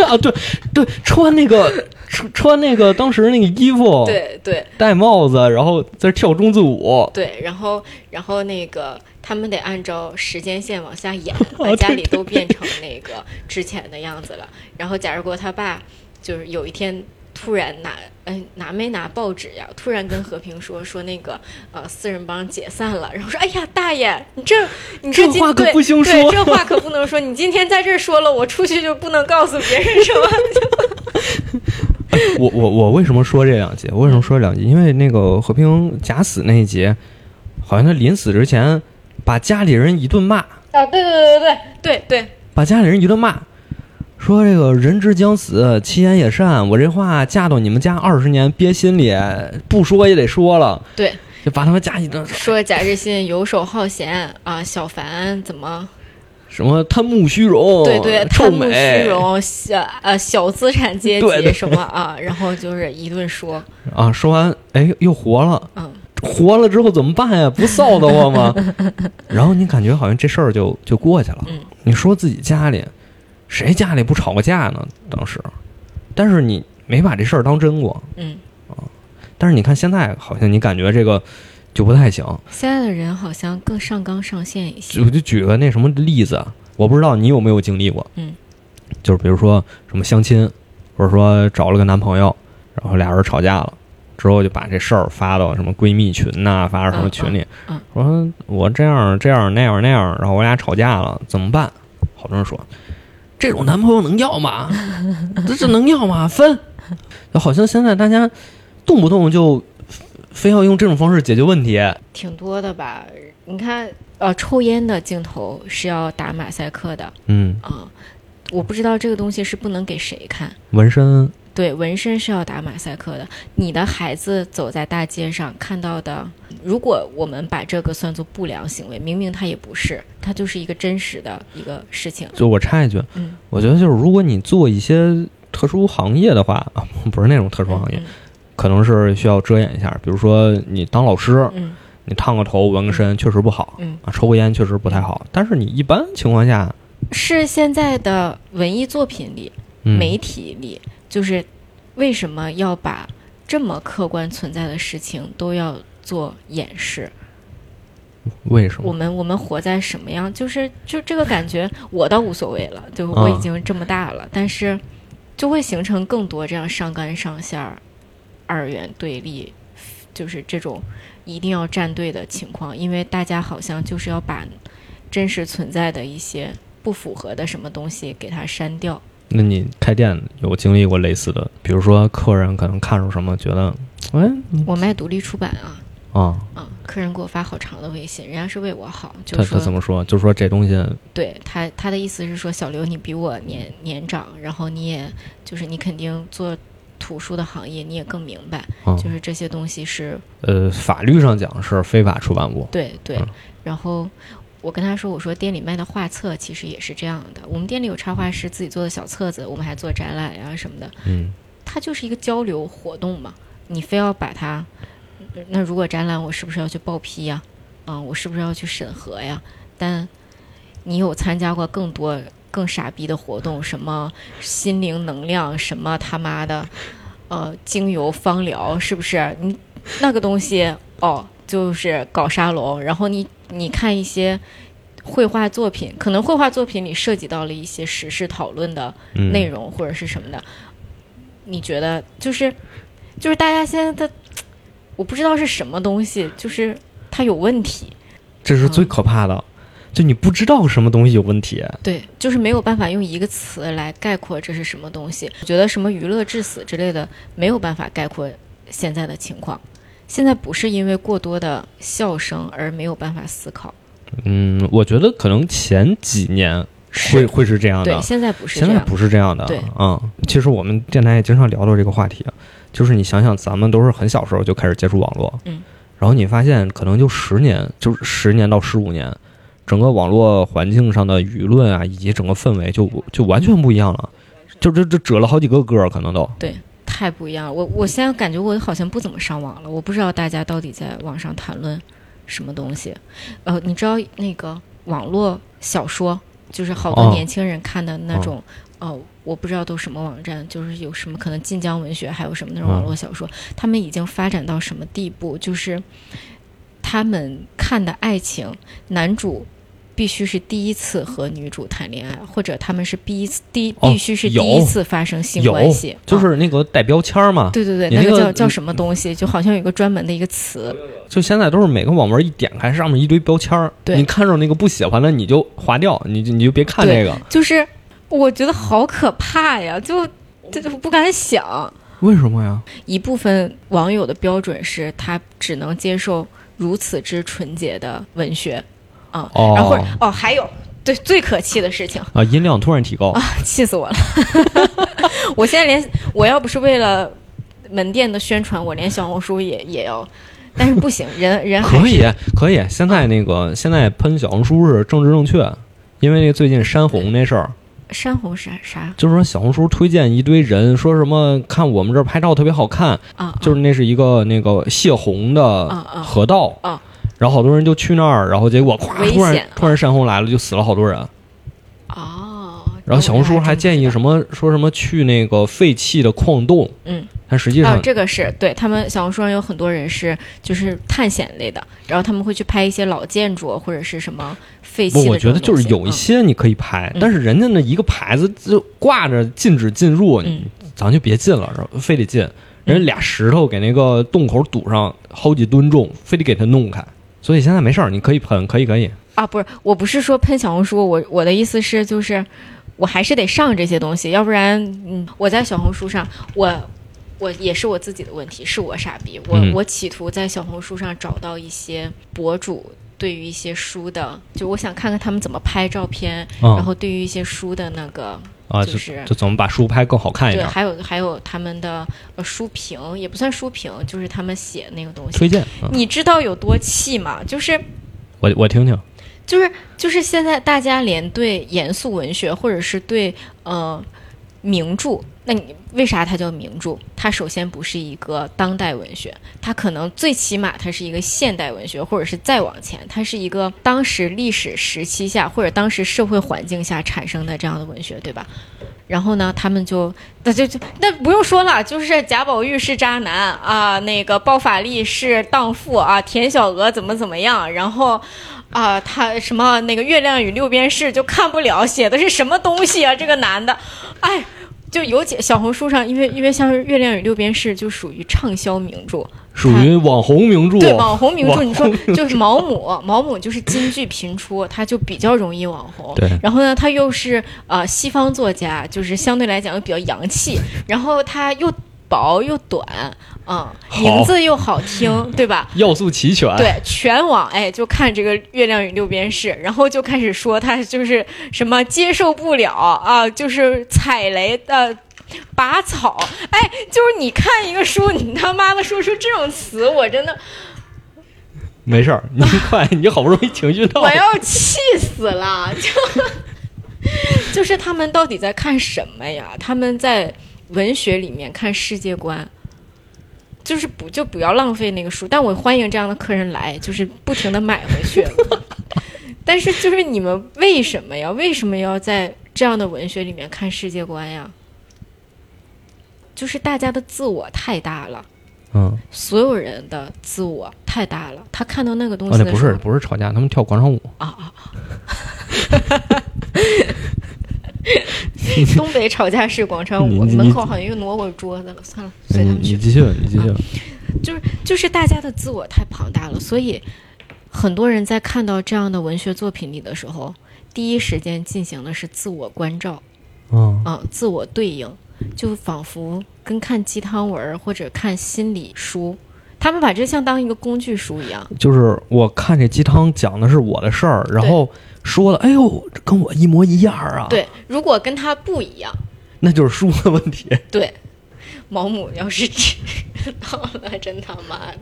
[SPEAKER 1] 啊，对对，穿那个穿穿那个当时那个衣服，
[SPEAKER 2] 对对
[SPEAKER 1] 戴帽子，然后在这跳中字舞，，
[SPEAKER 2] 对，然后然后那个他们得按照时间线往下演把
[SPEAKER 1] 哦
[SPEAKER 2] 家
[SPEAKER 1] 对
[SPEAKER 2] 里都变成那个之前的样子了。然后贾日国他爸就是有一天突然拿，嗯、拿没拿报纸呀？突然跟和平说说那个呃四人帮解散了，然后说哎呀大爷，你这你
[SPEAKER 1] 这
[SPEAKER 2] 今
[SPEAKER 1] 话可
[SPEAKER 2] 对
[SPEAKER 1] 不兴
[SPEAKER 2] 对
[SPEAKER 1] 说
[SPEAKER 2] 这话可不能说，你今天在这儿说了，我出去就不能告诉别人什么。
[SPEAKER 1] 哎我我我为什么说这两集？我为什么说这两集？因为那个和平假死那一集，好像他临死之前把家里人一顿骂，
[SPEAKER 2] 啊，对对对对对对对
[SPEAKER 1] 把家里人一顿骂，说这个人之将死，其言也善。我这话嫁到你们家二十年，憋心里，不说也得说了。
[SPEAKER 2] 对，
[SPEAKER 1] 就把他们家里的
[SPEAKER 2] 说贾志新游手好闲啊，小凡怎么？
[SPEAKER 1] 什么贪慕虚荣，
[SPEAKER 2] 对对，
[SPEAKER 1] 哦臭
[SPEAKER 2] 贪慕
[SPEAKER 1] 美
[SPEAKER 2] 虚荣，小呃小资产阶
[SPEAKER 1] 对对
[SPEAKER 2] 级什么啊，然后就是一顿说，
[SPEAKER 1] 啊！说完，哎，又活了，
[SPEAKER 2] 嗯，
[SPEAKER 1] 活了之后怎么办呀？不臊得慌 吗？然后你感觉好像这事儿就就过去了。
[SPEAKER 2] 嗯
[SPEAKER 1] 你说自己家里，谁家里不吵过架呢？当时，但是你没把这事儿当真过。
[SPEAKER 2] 嗯，
[SPEAKER 1] 但是你看现在，好像你感觉这个就不太行。
[SPEAKER 2] 现在的人好像更上纲上线一些
[SPEAKER 1] 就，就举个那什么例子，啊，我不知道你有没有经历过，
[SPEAKER 2] 嗯，
[SPEAKER 1] 就是比如说什么相亲，或者说找了个男朋友，然后俩人吵架了。之后就把这事儿发到什么闺蜜群呐、发到什么群里，
[SPEAKER 2] 嗯
[SPEAKER 1] 说我这样这样那样那样，然后我俩吵架了，怎么办？好多人说，这种男朋友能要吗？这这能要吗？分，就好像现在大家动不动就非要用这种方式解决问题，
[SPEAKER 2] 挺多的吧？你看，呃，抽烟的镜头是要打马赛克的
[SPEAKER 1] 嗯，
[SPEAKER 2] 啊，我不知道这个东西是不能给谁看。
[SPEAKER 1] 纹身，
[SPEAKER 2] 对，纹身是要打马赛克的。你的孩子走在大街上看到的，如果我们把这个算作不良行为，明明他也不是，他就是一个真实的一个事情。
[SPEAKER 1] 就我插一句，啊
[SPEAKER 2] 嗯，
[SPEAKER 1] 我觉得就是如果你做一些特殊行业的话 啊，不是那种特殊行业，
[SPEAKER 2] 嗯
[SPEAKER 1] 可能是需要遮掩一下，比如说你当老师，
[SPEAKER 2] 嗯
[SPEAKER 1] 你烫个头、纹个身确实不好，
[SPEAKER 2] 嗯
[SPEAKER 1] 啊，抽个烟确实不太好，但是你一般情况下，
[SPEAKER 2] 是现在的文艺作品里、
[SPEAKER 1] 嗯，
[SPEAKER 2] 媒体里，就是为什么要把这么客观存在的事情都要做掩饰？
[SPEAKER 1] 为什
[SPEAKER 2] 我
[SPEAKER 1] 么？
[SPEAKER 2] 们我们活在什么样？就是就这个感觉，我倒无所谓了，对，
[SPEAKER 1] 啊
[SPEAKER 2] 我已经这么大了，但是就会形成更多这样上纲上线儿、二元对立，就是这种一定要站队的情况，因为大家好像就是要把真实存在的一些不符合的什么东西给它删掉。
[SPEAKER 1] 那你开店有经历过类似的，比如说客人可能看出什么，觉得，哎，你
[SPEAKER 2] 我卖独立出版啊。
[SPEAKER 1] 啊，
[SPEAKER 2] 啊，客人给我发好长的微信，人家是为我好，就
[SPEAKER 1] 他
[SPEAKER 2] 是
[SPEAKER 1] 他
[SPEAKER 2] 说
[SPEAKER 1] 怎么说？就说这东西，
[SPEAKER 2] 对他，他的意思是说，小刘你比我年年长，然后你也就是你肯定做图书的行业，你也更明白，
[SPEAKER 1] 啊，
[SPEAKER 2] 就是这些东西是
[SPEAKER 1] 呃，法律上讲是非法出版物，
[SPEAKER 2] 对对
[SPEAKER 1] 嗯。
[SPEAKER 2] 然后我跟他说，我说店里卖的画册其实也是这样的，我们店里有插画师自己做的小册子，我们还做展览呀、什么的，
[SPEAKER 1] 嗯，
[SPEAKER 2] 它就是一个交流活动嘛。你非要把它，那如果展览，我是不是要去报批呀？啊，我是不是要去审核呀？但你有参加过更多更傻逼的活动，什么心灵能量，什么他妈的，呃，精油芳疗，是不是？你那个东西哦，就是搞沙龙，然后你你看一些。绘画作品可能绘画作品里涉及到了一些时事讨论的
[SPEAKER 1] 嗯
[SPEAKER 2] 内容或者是什么的，你觉得就是就是大家现在的我不知道是什么东西，就是它有问题，
[SPEAKER 1] 这
[SPEAKER 2] 嗯
[SPEAKER 1] 是最可怕的，就你不知道什么东西有问题，
[SPEAKER 2] 对，就是没有办法用一个词来概括这是什么东西。我觉得什么娱乐至死之类的没有办法概括现在的情况。现在不是因为过多的笑声而没有办法思考，
[SPEAKER 1] 嗯，我觉得可能前几年会
[SPEAKER 2] 是
[SPEAKER 1] 会是这样
[SPEAKER 2] 对，
[SPEAKER 1] 的，
[SPEAKER 2] 现在不是
[SPEAKER 1] 现
[SPEAKER 2] 这
[SPEAKER 1] 在
[SPEAKER 2] 样，
[SPEAKER 1] 不是这样的。
[SPEAKER 2] 对
[SPEAKER 1] 嗯，其实我们电台也经常聊到这个话题，啊就是你想想，咱们都是很小时候就开始接触网络，
[SPEAKER 2] 嗯，
[SPEAKER 1] 然后你发现可能就十年，就是十年到十五年，整个网络环境上的舆论啊，以及整个氛围就就完全不一样了，就这这折了好几个个儿，可能
[SPEAKER 2] 啊
[SPEAKER 1] 都。
[SPEAKER 2] 太不一样了。我我现在感觉我好像不怎么上网了，我不知道大家到底在网上谈论什么东西。呃，你知道那个网络小说，就是好
[SPEAKER 1] 哦
[SPEAKER 2] 多年轻人看的那种，哦、我不知道都什么网站，就是有什么可能晋江文学，还有什么那
[SPEAKER 1] 嗯
[SPEAKER 2] 种网络小说，他们已经发展到什么地步？就是他们看的爱情，男主。必须是第一次和女主谈恋爱，或者他们是第一次第一
[SPEAKER 1] 哦
[SPEAKER 2] 必须是第一
[SPEAKER 1] 有
[SPEAKER 2] 次发生性
[SPEAKER 1] 有
[SPEAKER 2] 关系，
[SPEAKER 1] 就
[SPEAKER 2] 啊
[SPEAKER 1] 是那个带标签儿嘛，
[SPEAKER 2] 对对对，
[SPEAKER 1] 你
[SPEAKER 2] 那
[SPEAKER 1] 那
[SPEAKER 2] 个
[SPEAKER 1] 个
[SPEAKER 2] 叫叫什么东西，就好像有一个专门的一个词。
[SPEAKER 1] 就现在都是每个网文一点开，上面一堆标签儿，
[SPEAKER 2] 对
[SPEAKER 1] 你看着那个不喜欢的你就划掉，你就你就别看
[SPEAKER 2] 对
[SPEAKER 1] 这个。
[SPEAKER 2] 就是我觉得好可怕呀，就这就不敢想。
[SPEAKER 1] 为什么呀？
[SPEAKER 2] 一部分网友的标准是他只能接受如此之纯洁的文学啊，
[SPEAKER 1] 哦
[SPEAKER 2] 然后或者哦还有对最可气的事情，
[SPEAKER 1] 啊，音量突然提高，
[SPEAKER 2] 气死我了！ 我现在连我要不是为了门店的宣传，我连小红书也也要，但是不行，人人还
[SPEAKER 1] 可以啊
[SPEAKER 2] 是
[SPEAKER 1] 可以。现在那个现在喷小红书是政治正确，因为那个最近山红那事儿，
[SPEAKER 2] 山红啊是啥
[SPEAKER 1] 就是说小红书推荐一堆人说什么看我们这儿拍照特别好看，
[SPEAKER 2] 啊？啊
[SPEAKER 1] 就是那是一个那个泄洪的
[SPEAKER 2] 啊啊
[SPEAKER 1] 河道，
[SPEAKER 2] 啊
[SPEAKER 1] 然后好多人就去那儿，然后结果咵
[SPEAKER 2] 危
[SPEAKER 1] 突然
[SPEAKER 2] 险啊
[SPEAKER 1] 突然山洪来了，就死了好多人。
[SPEAKER 2] 哦，
[SPEAKER 1] 然后小红书还建议
[SPEAKER 2] 么？
[SPEAKER 1] 什么说什么去那个废弃的矿洞，
[SPEAKER 2] 嗯，
[SPEAKER 1] 但实际上、
[SPEAKER 2] 啊，这个是对他们小红书上有很多人是就是探险类的，然后他们会去拍一些老建筑或者是什么废弃
[SPEAKER 1] 不，
[SPEAKER 2] 的
[SPEAKER 1] 我
[SPEAKER 2] 这
[SPEAKER 1] 觉
[SPEAKER 2] 种东西。嗯
[SPEAKER 1] 得就是有一些你可以拍，但是人家那一个牌子就挂着禁止进入，
[SPEAKER 2] 嗯
[SPEAKER 1] 你咱就别进了，是吧非得进。人家俩石头给那个洞口堵上好几吨重，非得给它弄开。所以现在没事儿，你可以喷，可以可以。
[SPEAKER 2] 嗯啊，不是，我不是说喷小红书，我我的意思是就是我还是得上这些东西，要不然嗯，我在小红书上我。我也是我自己的问题，是我傻逼。我、
[SPEAKER 1] 嗯
[SPEAKER 2] 我企图在小红书上找到一些博主对于一些书的，就我想看看他们怎么拍照片，
[SPEAKER 1] 嗯
[SPEAKER 2] 然后对于一些书的那个
[SPEAKER 1] 啊，
[SPEAKER 2] 就
[SPEAKER 1] 就是就怎么把书拍更好看一
[SPEAKER 2] 对，
[SPEAKER 1] 点？
[SPEAKER 2] 还有还有他们的呃书评，也不算书评，就是他们写那个东西。
[SPEAKER 1] 推荐啊，
[SPEAKER 2] 你知道有多气吗？就是
[SPEAKER 1] 我我听
[SPEAKER 2] 嗯
[SPEAKER 1] 听。
[SPEAKER 2] 就是就是现在大家连对严肃文学或者是对呃名著，那你为啥它叫名著？它首先不是一个当代文学，它可能最起码它是一个现代文学，或者是再往前，它是一个当时历史时期下或者当时社会环境下产生的这样的文学，对吧？然后呢，他们就那就就那不用说了，就是贾宝玉是渣男啊、那个包法利是荡妇啊，田小娥怎么怎么样，然后啊、他什么那个月亮与六便士就看不了，写的是什么东西啊？这个男的，哎，就尤其小红书上，因为因为像是月亮与六便士就属于畅销名著，
[SPEAKER 1] 属于网红名著，
[SPEAKER 2] 对网红名著，你说
[SPEAKER 1] 网
[SPEAKER 2] 就是毛姆，毛姆就是金句频出，他就比较容易网红。
[SPEAKER 1] 对
[SPEAKER 2] 然后呢，他又是呃西方作家，就是相对来讲又比较洋气，然后他又薄又短，嗯，
[SPEAKER 1] 好
[SPEAKER 2] 名字又好听，对吧？
[SPEAKER 1] 要素齐全。
[SPEAKER 2] 对，全网哎就看这个《月亮与六便士》，然后就开始说他就是什么接受不了啊，就是踩雷呃。拔草，哎，就是你看一个书，你他妈的说出这种词，我真的
[SPEAKER 1] 没事儿，你快，你好不容易情绪到
[SPEAKER 2] 我
[SPEAKER 1] 了，
[SPEAKER 2] 要气死了！就 就是他们到底在看什么呀？他们在文学里面看世界观，就是不就不要浪费那个书。但我欢迎这样的客人来，就是不停的买回去。 但是就是你们为什么呀？为什么要在这样的文学里面看世界观呀？就是大家的自我太大了，
[SPEAKER 1] 嗯，
[SPEAKER 2] 所有人的自我太大了。他看到那个东
[SPEAKER 1] 啊，
[SPEAKER 2] 西
[SPEAKER 1] 那
[SPEAKER 2] 的
[SPEAKER 1] 不
[SPEAKER 2] 时候，
[SPEAKER 1] 是不是吵架，他们跳广场舞。
[SPEAKER 2] 东北吵架是广场舞，
[SPEAKER 1] 你你
[SPEAKER 2] 门口好像又挪过桌子了，算了，随他
[SPEAKER 1] 你
[SPEAKER 2] 们
[SPEAKER 1] 嗯你
[SPEAKER 2] 去。
[SPEAKER 1] 继续，你继续。
[SPEAKER 2] 就是就是大家的自我太庞大了，所以很多人在看到这样的文学作品里的时候，第一时间进行的是自我关照
[SPEAKER 1] 嗯，
[SPEAKER 2] 啊、自我对应，就仿佛跟看鸡汤文儿或者看心理书，他们把这像当一个工具书一样。
[SPEAKER 1] 就是我看这鸡汤讲的是我的事儿，然后说了，哎呦，这跟我一模一样啊，，
[SPEAKER 2] 对，如果跟他不一样，
[SPEAKER 1] 那就是书的问题。
[SPEAKER 2] 对， 毛姆要是知道了，真他妈的！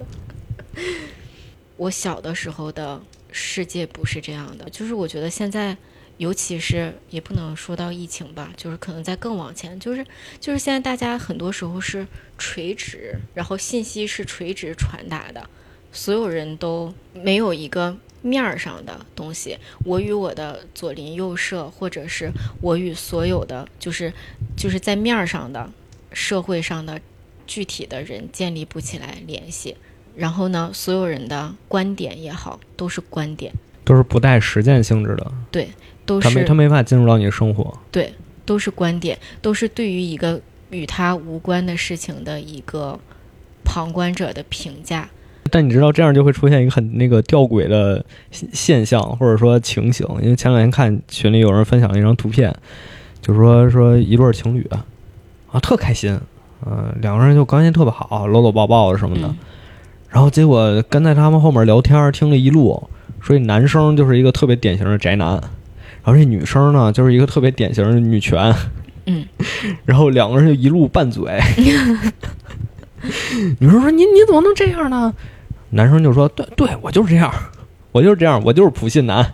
[SPEAKER 2] 我小的时候的世界不是这样的，就是我觉得现在，尤其是也不能说到疫情吧，就是可能在更往前，就是就是现在大家很多时候是垂直，然后信息是垂直传达的，所有人都没有一个面儿上的东西。我与我的左邻右舍，或者是我与所有的就是就是在面儿上的社会上的具体的人建立不起来联系。然后呢，所有人的观点也好，都是观点，
[SPEAKER 1] 都是不带实践性质的，
[SPEAKER 2] 都
[SPEAKER 1] 他没他
[SPEAKER 2] 是
[SPEAKER 1] 没法进入到你的生活。
[SPEAKER 2] 对，都是观点，都是对于一个与他无关的事情的一个旁观者的评价。
[SPEAKER 1] 但你知道，这样就会出现一个很那个吊诡的现现象，或者说情形。因为前两天看群里有人分享了一张图片，就说说一对儿情侣啊，啊特开心，嗯、两个人就关系特别好，搂搂抱抱的什么的。
[SPEAKER 2] 嗯，
[SPEAKER 1] 然后结果跟在他们后面聊天，听了一路，所以男生就是一个特别典型的宅男，然后这女生呢，就是一个特别典型的女权，
[SPEAKER 2] 嗯，
[SPEAKER 1] 然后两个人就一路拌 嘴。女生说：“您您怎么能这样呢？”男生就说：“对对，我就是这样，我就是这样，我就是普信男。”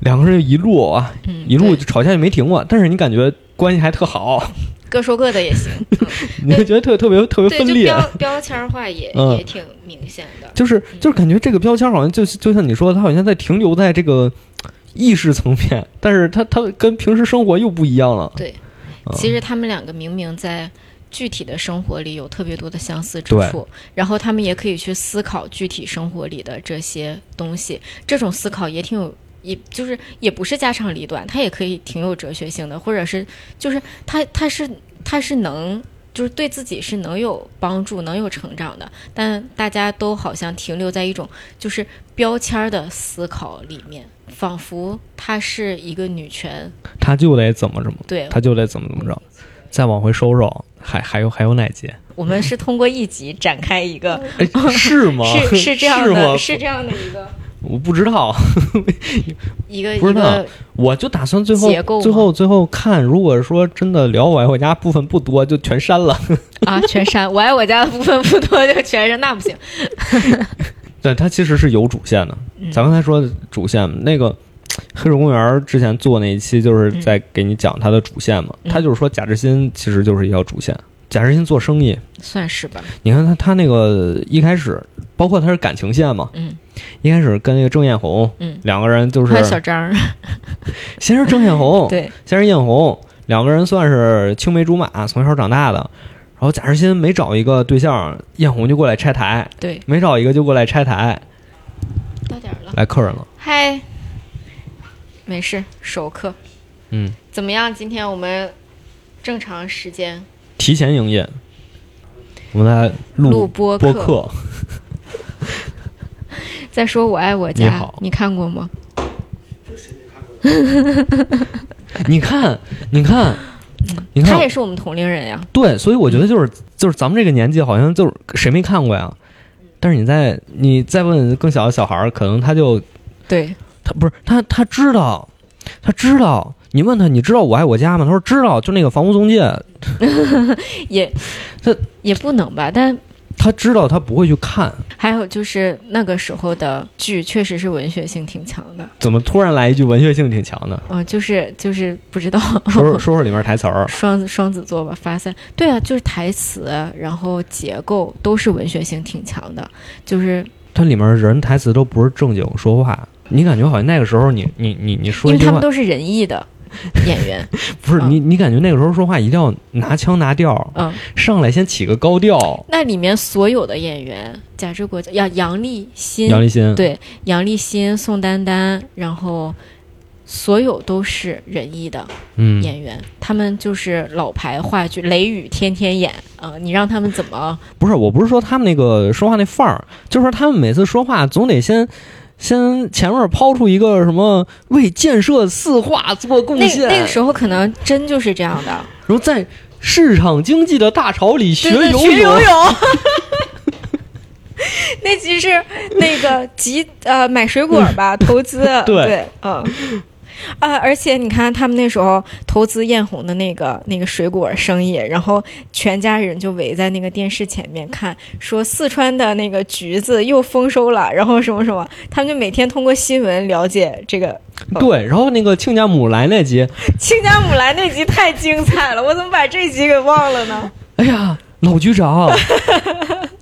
[SPEAKER 1] 两个人就一路啊，
[SPEAKER 2] 嗯，
[SPEAKER 1] 一路
[SPEAKER 2] 对
[SPEAKER 1] 就吵架就没停过，但是你感觉关系还特好，
[SPEAKER 2] 各说各的也行，
[SPEAKER 1] 你会觉得特特别特别
[SPEAKER 2] 对，
[SPEAKER 1] 分
[SPEAKER 2] 就
[SPEAKER 1] 裂。
[SPEAKER 2] 标标签儿化也、
[SPEAKER 1] 嗯
[SPEAKER 2] 也挺明显的，
[SPEAKER 1] 就是就是感觉这个标签好像就是就像你说的，它好像在停留在这个意识层面，但是它它跟平时生活又不一样了。
[SPEAKER 2] 对
[SPEAKER 1] 嗯，
[SPEAKER 2] 其实他们两个明明在具体的生活里有特别多的相似之处，然后他们也可以去思考具体生活里的这些东西，这种思考也挺有。也就是也不是家长里短，它也可以挺有哲学性的，或者是就是它它是它是能就是对自己是能有帮助、能有成长的，但大家都好像停留在一种就是标签儿的思考里面，仿佛它是一个女权
[SPEAKER 1] 他就得怎么怎么，
[SPEAKER 2] 对
[SPEAKER 1] 他就得怎么怎么着，再往回收收，还还有还有哪 节？
[SPEAKER 2] 我们是通过一集展开一个，
[SPEAKER 1] 哎，是吗？
[SPEAKER 2] 是是这样
[SPEAKER 1] 吗
[SPEAKER 2] 的，？是这样的一个
[SPEAKER 1] 我不知道，
[SPEAKER 2] 一个
[SPEAKER 1] 不
[SPEAKER 2] 一
[SPEAKER 1] 知道
[SPEAKER 2] 个
[SPEAKER 1] 我就打算最后
[SPEAKER 2] 结构吗
[SPEAKER 1] 最后最后看，如果说真的聊我爱我家部分不多，就全删了。
[SPEAKER 2] 啊，全删。我爱我家的部分不多，就全删，那 不行。
[SPEAKER 1] 对，它其实是有主线的。
[SPEAKER 2] 嗯
[SPEAKER 1] 咱刚才说的主线，那个黑水公园之前做那一期，就是在给你讲它的主线嘛。
[SPEAKER 2] 嗯
[SPEAKER 1] 他就是说贾志新其实就是一条主线。贾志新做生意，
[SPEAKER 2] 算是吧，
[SPEAKER 1] 你看他他那个一开始，包括他是感情线嘛，
[SPEAKER 2] 嗯
[SPEAKER 1] 一开始跟那个郑艳红
[SPEAKER 2] 嗯，
[SPEAKER 1] 两个人就是哦
[SPEAKER 2] 还有小张儿，
[SPEAKER 1] 先是郑艳红，
[SPEAKER 2] 对，
[SPEAKER 1] 先是艳红，两个人算是青梅竹马，从小长大的。然后贾志新每找一个对象，艳红就过来拆台，
[SPEAKER 2] 对，
[SPEAKER 1] 每找一个就过来拆台，
[SPEAKER 2] 到点儿了，
[SPEAKER 1] 来客人了，
[SPEAKER 2] 嗨，没事，首课
[SPEAKER 1] 嗯。
[SPEAKER 2] 怎么样？今天我们正常时间
[SPEAKER 1] 提前营业，我们来录
[SPEAKER 2] 录播
[SPEAKER 1] 播
[SPEAKER 2] 客。
[SPEAKER 1] 客。
[SPEAKER 2] 再说我爱我
[SPEAKER 1] 你
[SPEAKER 2] 家
[SPEAKER 1] 好，
[SPEAKER 2] 你看过吗？
[SPEAKER 1] 你看，你看，你
[SPEAKER 2] 他也
[SPEAKER 1] 看，
[SPEAKER 2] 是我们同龄人呀。
[SPEAKER 1] 对，所以我觉得就是就是咱们这个年纪，好像就是谁没看过呀？但是你在你再问更小的小孩儿，可能他就
[SPEAKER 2] 对，
[SPEAKER 1] 他不是他他知道，他知道。你问他，你知道我爱我家吗？他说知道，就那个房屋中介，
[SPEAKER 2] 也
[SPEAKER 1] 这
[SPEAKER 2] 也不能吧，但
[SPEAKER 1] 他知道他不会去 看。
[SPEAKER 2] 还有就是那个时候的剧确实是文学性挺强的，
[SPEAKER 1] 怎么突然来一句文学性挺强的？
[SPEAKER 2] 嗯、就是就是不知道
[SPEAKER 1] 说说说说里面台词儿，
[SPEAKER 2] 双双子座吧，发散，对啊，就是台词，然后结构都是文学性挺强的，就是
[SPEAKER 1] 它里面人台词都不是正经说话，你感觉好像那个时候你你你你
[SPEAKER 2] 因
[SPEAKER 1] 说一
[SPEAKER 2] 为
[SPEAKER 1] 句
[SPEAKER 2] 他
[SPEAKER 1] 话
[SPEAKER 2] 们，都是仁义的演 员，
[SPEAKER 1] 不是
[SPEAKER 2] 嗯
[SPEAKER 1] 你，你感觉那个时候说话一定要拿腔拿调，
[SPEAKER 2] 嗯，
[SPEAKER 1] 上来先起个高调。
[SPEAKER 2] 那里面所有的演员，贾志国、杨杨立新、
[SPEAKER 1] 杨立新，
[SPEAKER 2] 对杨立新、宋丹丹，然后所有都是仁义的，
[SPEAKER 1] 嗯，
[SPEAKER 2] 演员，他们就是老牌话剧《雷雨》天天演啊、你让他们怎么？
[SPEAKER 1] 不是，我不是说他们那个说话那范儿，就是说他们每次说话总得先。先前面抛出一个什么为建设四化做贡
[SPEAKER 2] 那
[SPEAKER 1] 献，
[SPEAKER 2] 那个时候可能真就是这样的，
[SPEAKER 1] 然后在市场经济的大潮里学
[SPEAKER 2] 对对
[SPEAKER 1] 游
[SPEAKER 2] 学
[SPEAKER 1] 泳
[SPEAKER 2] 游，泳。 那集是那个集呃买水果 吧，投资
[SPEAKER 1] 对
[SPEAKER 2] 嗯。啊！而且你看，他们那时候投资艳红的那个那个水果生意，然后全家人就围在那个电视前面看，说四川的那个橘子又丰收了，然后什么什么，他们就每天通过新闻了解这个。
[SPEAKER 1] 对，然后那个亲家母来那集，
[SPEAKER 2] 亲家母来那集太精彩了，我怎么把这集给忘了呢？
[SPEAKER 1] 哎呀，老局 长，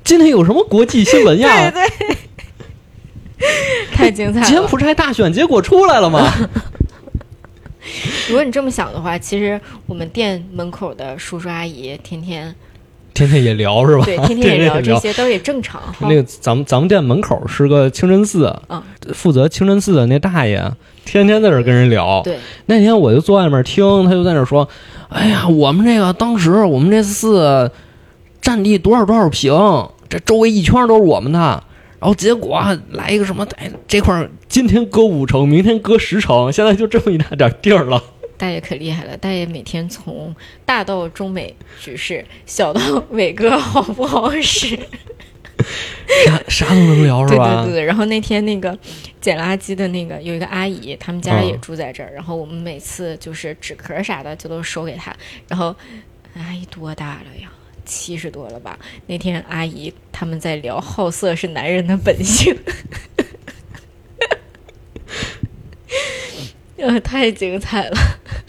[SPEAKER 1] 今天有什么国际新闻
[SPEAKER 2] 对
[SPEAKER 1] 呀？
[SPEAKER 2] 对， 太精彩
[SPEAKER 1] 柬
[SPEAKER 2] 了。
[SPEAKER 1] 埔寨大选结果出来了吗？
[SPEAKER 2] 如果你这么想的话，其实我们店门口的叔叔阿姨天天
[SPEAKER 1] 天天也聊是吧？
[SPEAKER 2] 对天天也聊这些，都也正常哈
[SPEAKER 1] 那。个咱们咱们店门口是个清真寺，
[SPEAKER 2] 嗯
[SPEAKER 1] 负责清真寺的那大爷，天天在这儿跟人聊。
[SPEAKER 2] 对，
[SPEAKER 1] 那天我就坐外面听，他就在那儿说：“哎呀，我们这个当时我们这寺占地多少多少平，这周围一圈都是我们的。然后结果啊来一个什么，哎，这块儿今天割五成，明天割十成，现在就这么一大点地儿了。
[SPEAKER 2] 大爷可厉害了，大爷每天从 大到中美局势，小到伟哥好不好使，
[SPEAKER 1] 啥啥都能聊是
[SPEAKER 2] 对
[SPEAKER 1] 吧？
[SPEAKER 2] 对对，然后那天那个捡垃圾的那个有一个阿姨，他
[SPEAKER 1] 嗯
[SPEAKER 2] 们家也住在这儿，然后我们每次就是纸壳啥的就都收给她，然后阿姨多大了呀？七十多了吧？那天阿姨他们在聊好色是男人的本性， 呃，太精彩了，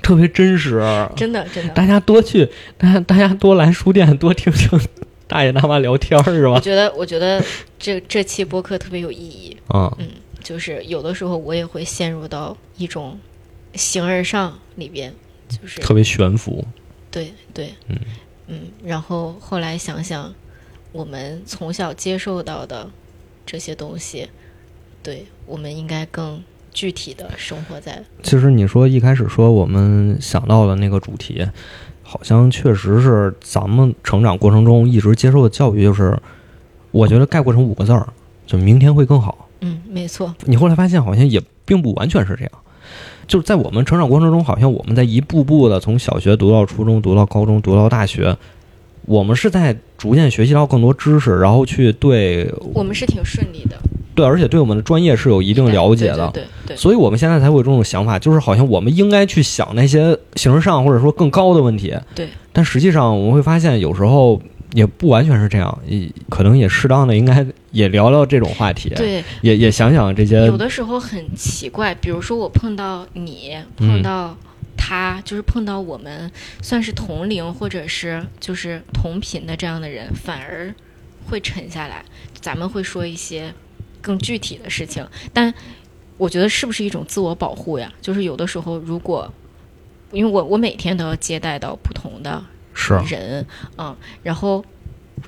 [SPEAKER 1] 特别真实。
[SPEAKER 2] 真的真 的。
[SPEAKER 1] 大家多去，大家大家多来书店，多听听大爷大妈聊天儿是
[SPEAKER 2] 我
[SPEAKER 1] 吧？
[SPEAKER 2] 觉得我觉得这这期播客特别有意义，
[SPEAKER 1] 嗯，
[SPEAKER 2] 就是有的时候我也会陷入到一种形而上里边，就是
[SPEAKER 1] 特别悬浮。
[SPEAKER 2] 对对，
[SPEAKER 1] 嗯
[SPEAKER 2] 嗯然后后来想想，我们从小接受到的这些东西，对我们应该更具体的生活在
[SPEAKER 1] 其实你说一开始说我们想到的那个主题，好像确实是咱们成长过程中一直接受的教育，就是我觉得概括成五个字儿，就明天会更好。
[SPEAKER 2] 嗯，没错，
[SPEAKER 1] 你后来发现好像也并不完全是这样，就是在我们成长过程中，好像我们在一步步的从小学读到初中，读到高中，读到大学，我们是在逐渐学习到更多知识，然后去对
[SPEAKER 2] 我们是挺顺利的，
[SPEAKER 1] 对，而且对我们的专业是有一定了解的。
[SPEAKER 2] 对对对对
[SPEAKER 1] 所以我们现在才会有这种想法，就是好像我们应该去想那些形式上或者说更高的问题。
[SPEAKER 2] 对，
[SPEAKER 1] 但实际上我们会发现，有时候也不完全是这样，也可能也适当的应该也聊聊这种话题，
[SPEAKER 2] 对
[SPEAKER 1] 也也想想这些
[SPEAKER 2] 有的时候很奇怪，比如说我碰到你，
[SPEAKER 1] 嗯
[SPEAKER 2] 碰到他，就是碰到我们算是同龄或者是就是同频的这样的人，反而会沉下来，咱们会说一些更具体的事情。但我觉得是不是一种自我保护呀？就是有的时候如果。因为我我每天都要接待到不同的
[SPEAKER 1] 是啊
[SPEAKER 2] 人，嗯，然后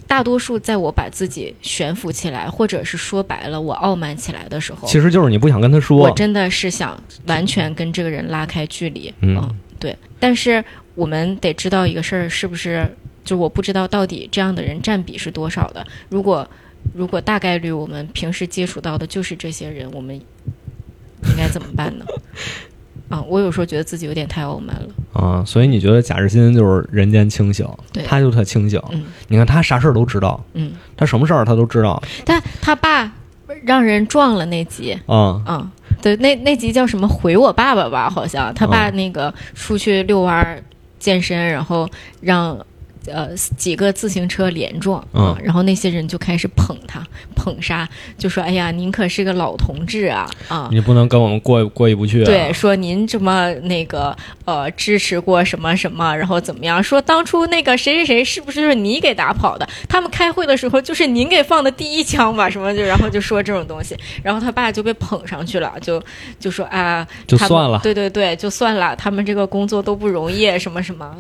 [SPEAKER 2] 大多数在我把自己悬浮起来，或者是说白了我傲慢起来的时候，
[SPEAKER 1] 其实就是你不想跟他
[SPEAKER 2] 我
[SPEAKER 1] 说，
[SPEAKER 2] 真的是想完全跟这个人拉开距离。
[SPEAKER 1] 嗯
[SPEAKER 2] 对。但是我们得知道一个事儿，是不是就我不知道到底这样的人占比是多少的。如果如果大概率我们平时接触到的就是这些人，我们应该怎么办呢？啊，我有时候觉得自己有点太傲慢了。
[SPEAKER 1] 啊，所以你觉得贾志新就是人间清醒
[SPEAKER 2] 对，
[SPEAKER 1] 他就特清醒。
[SPEAKER 2] 嗯
[SPEAKER 1] 你看他啥事儿都知道，
[SPEAKER 2] 嗯，
[SPEAKER 1] 他什么事儿他都知道
[SPEAKER 2] 但他爸让人撞了那集，
[SPEAKER 1] 啊、
[SPEAKER 2] 嗯，对，那那集叫什么？回我爸爸吧，好像他爸那个出去遛弯儿、健身，然后让呃几个自行车连撞，
[SPEAKER 1] 嗯
[SPEAKER 2] 啊然后那些人就开始捧他捧杀，就说：“哎呀，您可是个老同志啊啊！”
[SPEAKER 1] 你不能跟我们过过意不去、啊。
[SPEAKER 2] 对，说您这么那个呃支持过什么什么，然后怎么样？说当初那个谁谁谁是不是就是你给打跑的？他们开会的时候就是您给放的第一枪吧？什么就然后就说这种东西，然后他爸就被捧上去了，就就说啊，
[SPEAKER 1] 就
[SPEAKER 2] 他们
[SPEAKER 1] 算了
[SPEAKER 2] 对对对，就算了，他们这个工作都不容易，什么什么。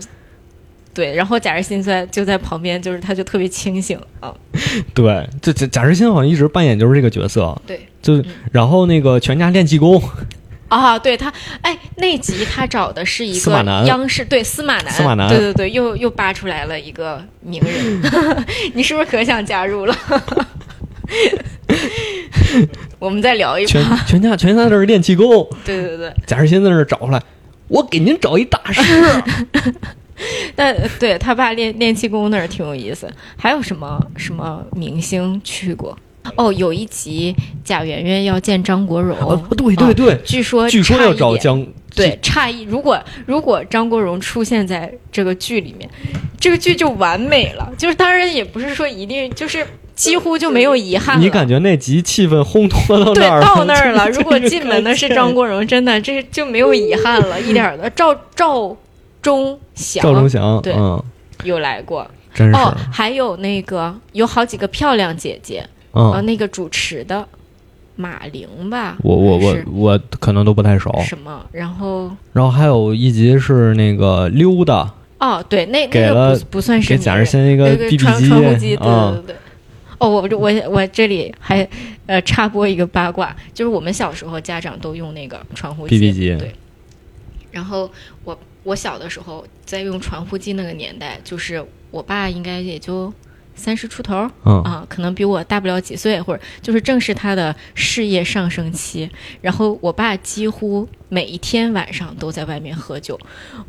[SPEAKER 2] 对，然后贾日新在就在旁边，就是他就特别清醒啊，
[SPEAKER 1] 对，这这贾志新好像一直扮演就是这个角色，
[SPEAKER 2] 对，
[SPEAKER 1] 就是然后那个全家练气功，
[SPEAKER 2] 啊，对他，哎，那集他找的是一
[SPEAKER 1] 司马
[SPEAKER 2] 个
[SPEAKER 1] 南
[SPEAKER 2] 央视，对司马南，
[SPEAKER 1] 司马南
[SPEAKER 2] 对对对，又又扒出来了一个名人， 你是不是可想加入了？我们再聊一
[SPEAKER 1] 全
[SPEAKER 2] 趴，
[SPEAKER 1] 全家全家在这儿练气功，
[SPEAKER 2] 对对对，
[SPEAKER 1] 贾志新在这儿找出来，我给您找一大 师，
[SPEAKER 2] 但对他爸练练气功那儿挺有意思，还有什么什么明星去过？哦，有一集贾圆圆要见张国荣，
[SPEAKER 1] 啊对对
[SPEAKER 2] 啊
[SPEAKER 1] 对，
[SPEAKER 2] 据说
[SPEAKER 1] 据说
[SPEAKER 2] 差
[SPEAKER 1] 要
[SPEAKER 2] 一
[SPEAKER 1] 找
[SPEAKER 2] 点
[SPEAKER 1] 江，
[SPEAKER 2] 对，诧异。如果如果张国荣出现在这个剧里面，这个剧就完美了。就是当然也不是说一定，就是几乎就没有遗憾了。
[SPEAKER 1] 你感觉那集气氛烘托到
[SPEAKER 2] 对
[SPEAKER 1] 那儿
[SPEAKER 2] 到那
[SPEAKER 1] 儿
[SPEAKER 2] 儿了？
[SPEAKER 1] 就是
[SPEAKER 2] 如果进门的是张国荣，真的这就没有遗憾了，一点儿的。赵赵忠祥
[SPEAKER 1] 嗯赵忠祥，
[SPEAKER 2] 对
[SPEAKER 1] 嗯，
[SPEAKER 2] 有来过
[SPEAKER 1] 真是，嗯
[SPEAKER 2] 哦，还有那个有好几个漂亮姐姐，呃，
[SPEAKER 1] 嗯，
[SPEAKER 2] 那个主持的马玲吧，
[SPEAKER 1] 我我我哦
[SPEAKER 2] 还是
[SPEAKER 1] 我可能都不太熟，
[SPEAKER 2] 什么，然后。
[SPEAKER 1] 然后还有一集是那个溜达
[SPEAKER 2] 哦，对，那
[SPEAKER 1] 给
[SPEAKER 2] 那
[SPEAKER 1] 了
[SPEAKER 2] 个不不算是
[SPEAKER 1] 给
[SPEAKER 2] 名
[SPEAKER 1] 贾
[SPEAKER 2] 人
[SPEAKER 1] 志新一个 BB
[SPEAKER 2] 对对，传传呼机，
[SPEAKER 1] 机
[SPEAKER 2] 对
[SPEAKER 1] 啊
[SPEAKER 2] 对，对。哦，我我我这里还呃插播一个八卦，就是我们小时候家长都用那个传呼机
[SPEAKER 1] BB 机
[SPEAKER 2] 对。然后我我小的时候在用传呼机那个年代，就是我爸应该也就三十出头儿
[SPEAKER 1] 嗯
[SPEAKER 2] 啊，可能比我大不了几岁，或者就是正是他的事业上升期。然后我爸几乎每一天晚上都在外面喝酒，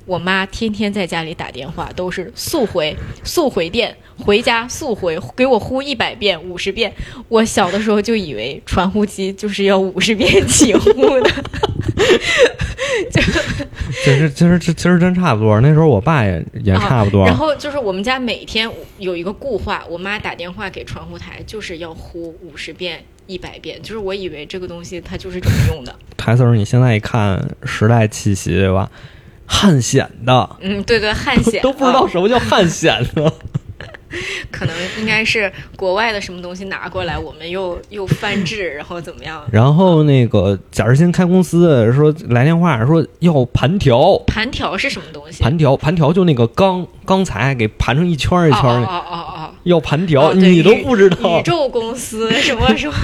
[SPEAKER 2] 我妈天天在家里打电话，都是速回速回电，回家速回，给我呼一百遍、五十遍。我小的时候就以为传呼机就是要五十遍起呼的，
[SPEAKER 1] 其实其实其实真差不多。那时候我爸也也差不多。
[SPEAKER 2] 哦然后就是我们家每天有一个固话，我妈打电话给传呼台就是要呼五十遍、一百遍，就是我以为这个东西它就是这么用的。
[SPEAKER 1] 台词儿你现在一看时代气息，对吧？汗显的
[SPEAKER 2] 嗯，对对，汗显
[SPEAKER 1] 都不知道
[SPEAKER 2] 哦
[SPEAKER 1] 什么叫汗显呢。
[SPEAKER 2] 可能应该是国外的什么东西拿过来，我们又又翻制，然后怎么样？
[SPEAKER 1] 然后那个贾日新开公司说来电话说要盘条，
[SPEAKER 2] 盘条是什么东西？
[SPEAKER 1] 盘条盘条就那个钢钢材给盘成一圈儿一
[SPEAKER 2] 哦
[SPEAKER 1] 圈儿
[SPEAKER 2] 哦
[SPEAKER 1] 的，
[SPEAKER 2] 哦哦
[SPEAKER 1] 要盘条、
[SPEAKER 2] 哦对
[SPEAKER 1] 你都不知
[SPEAKER 2] 哦，
[SPEAKER 1] 道
[SPEAKER 2] 宇宙公司什么什么？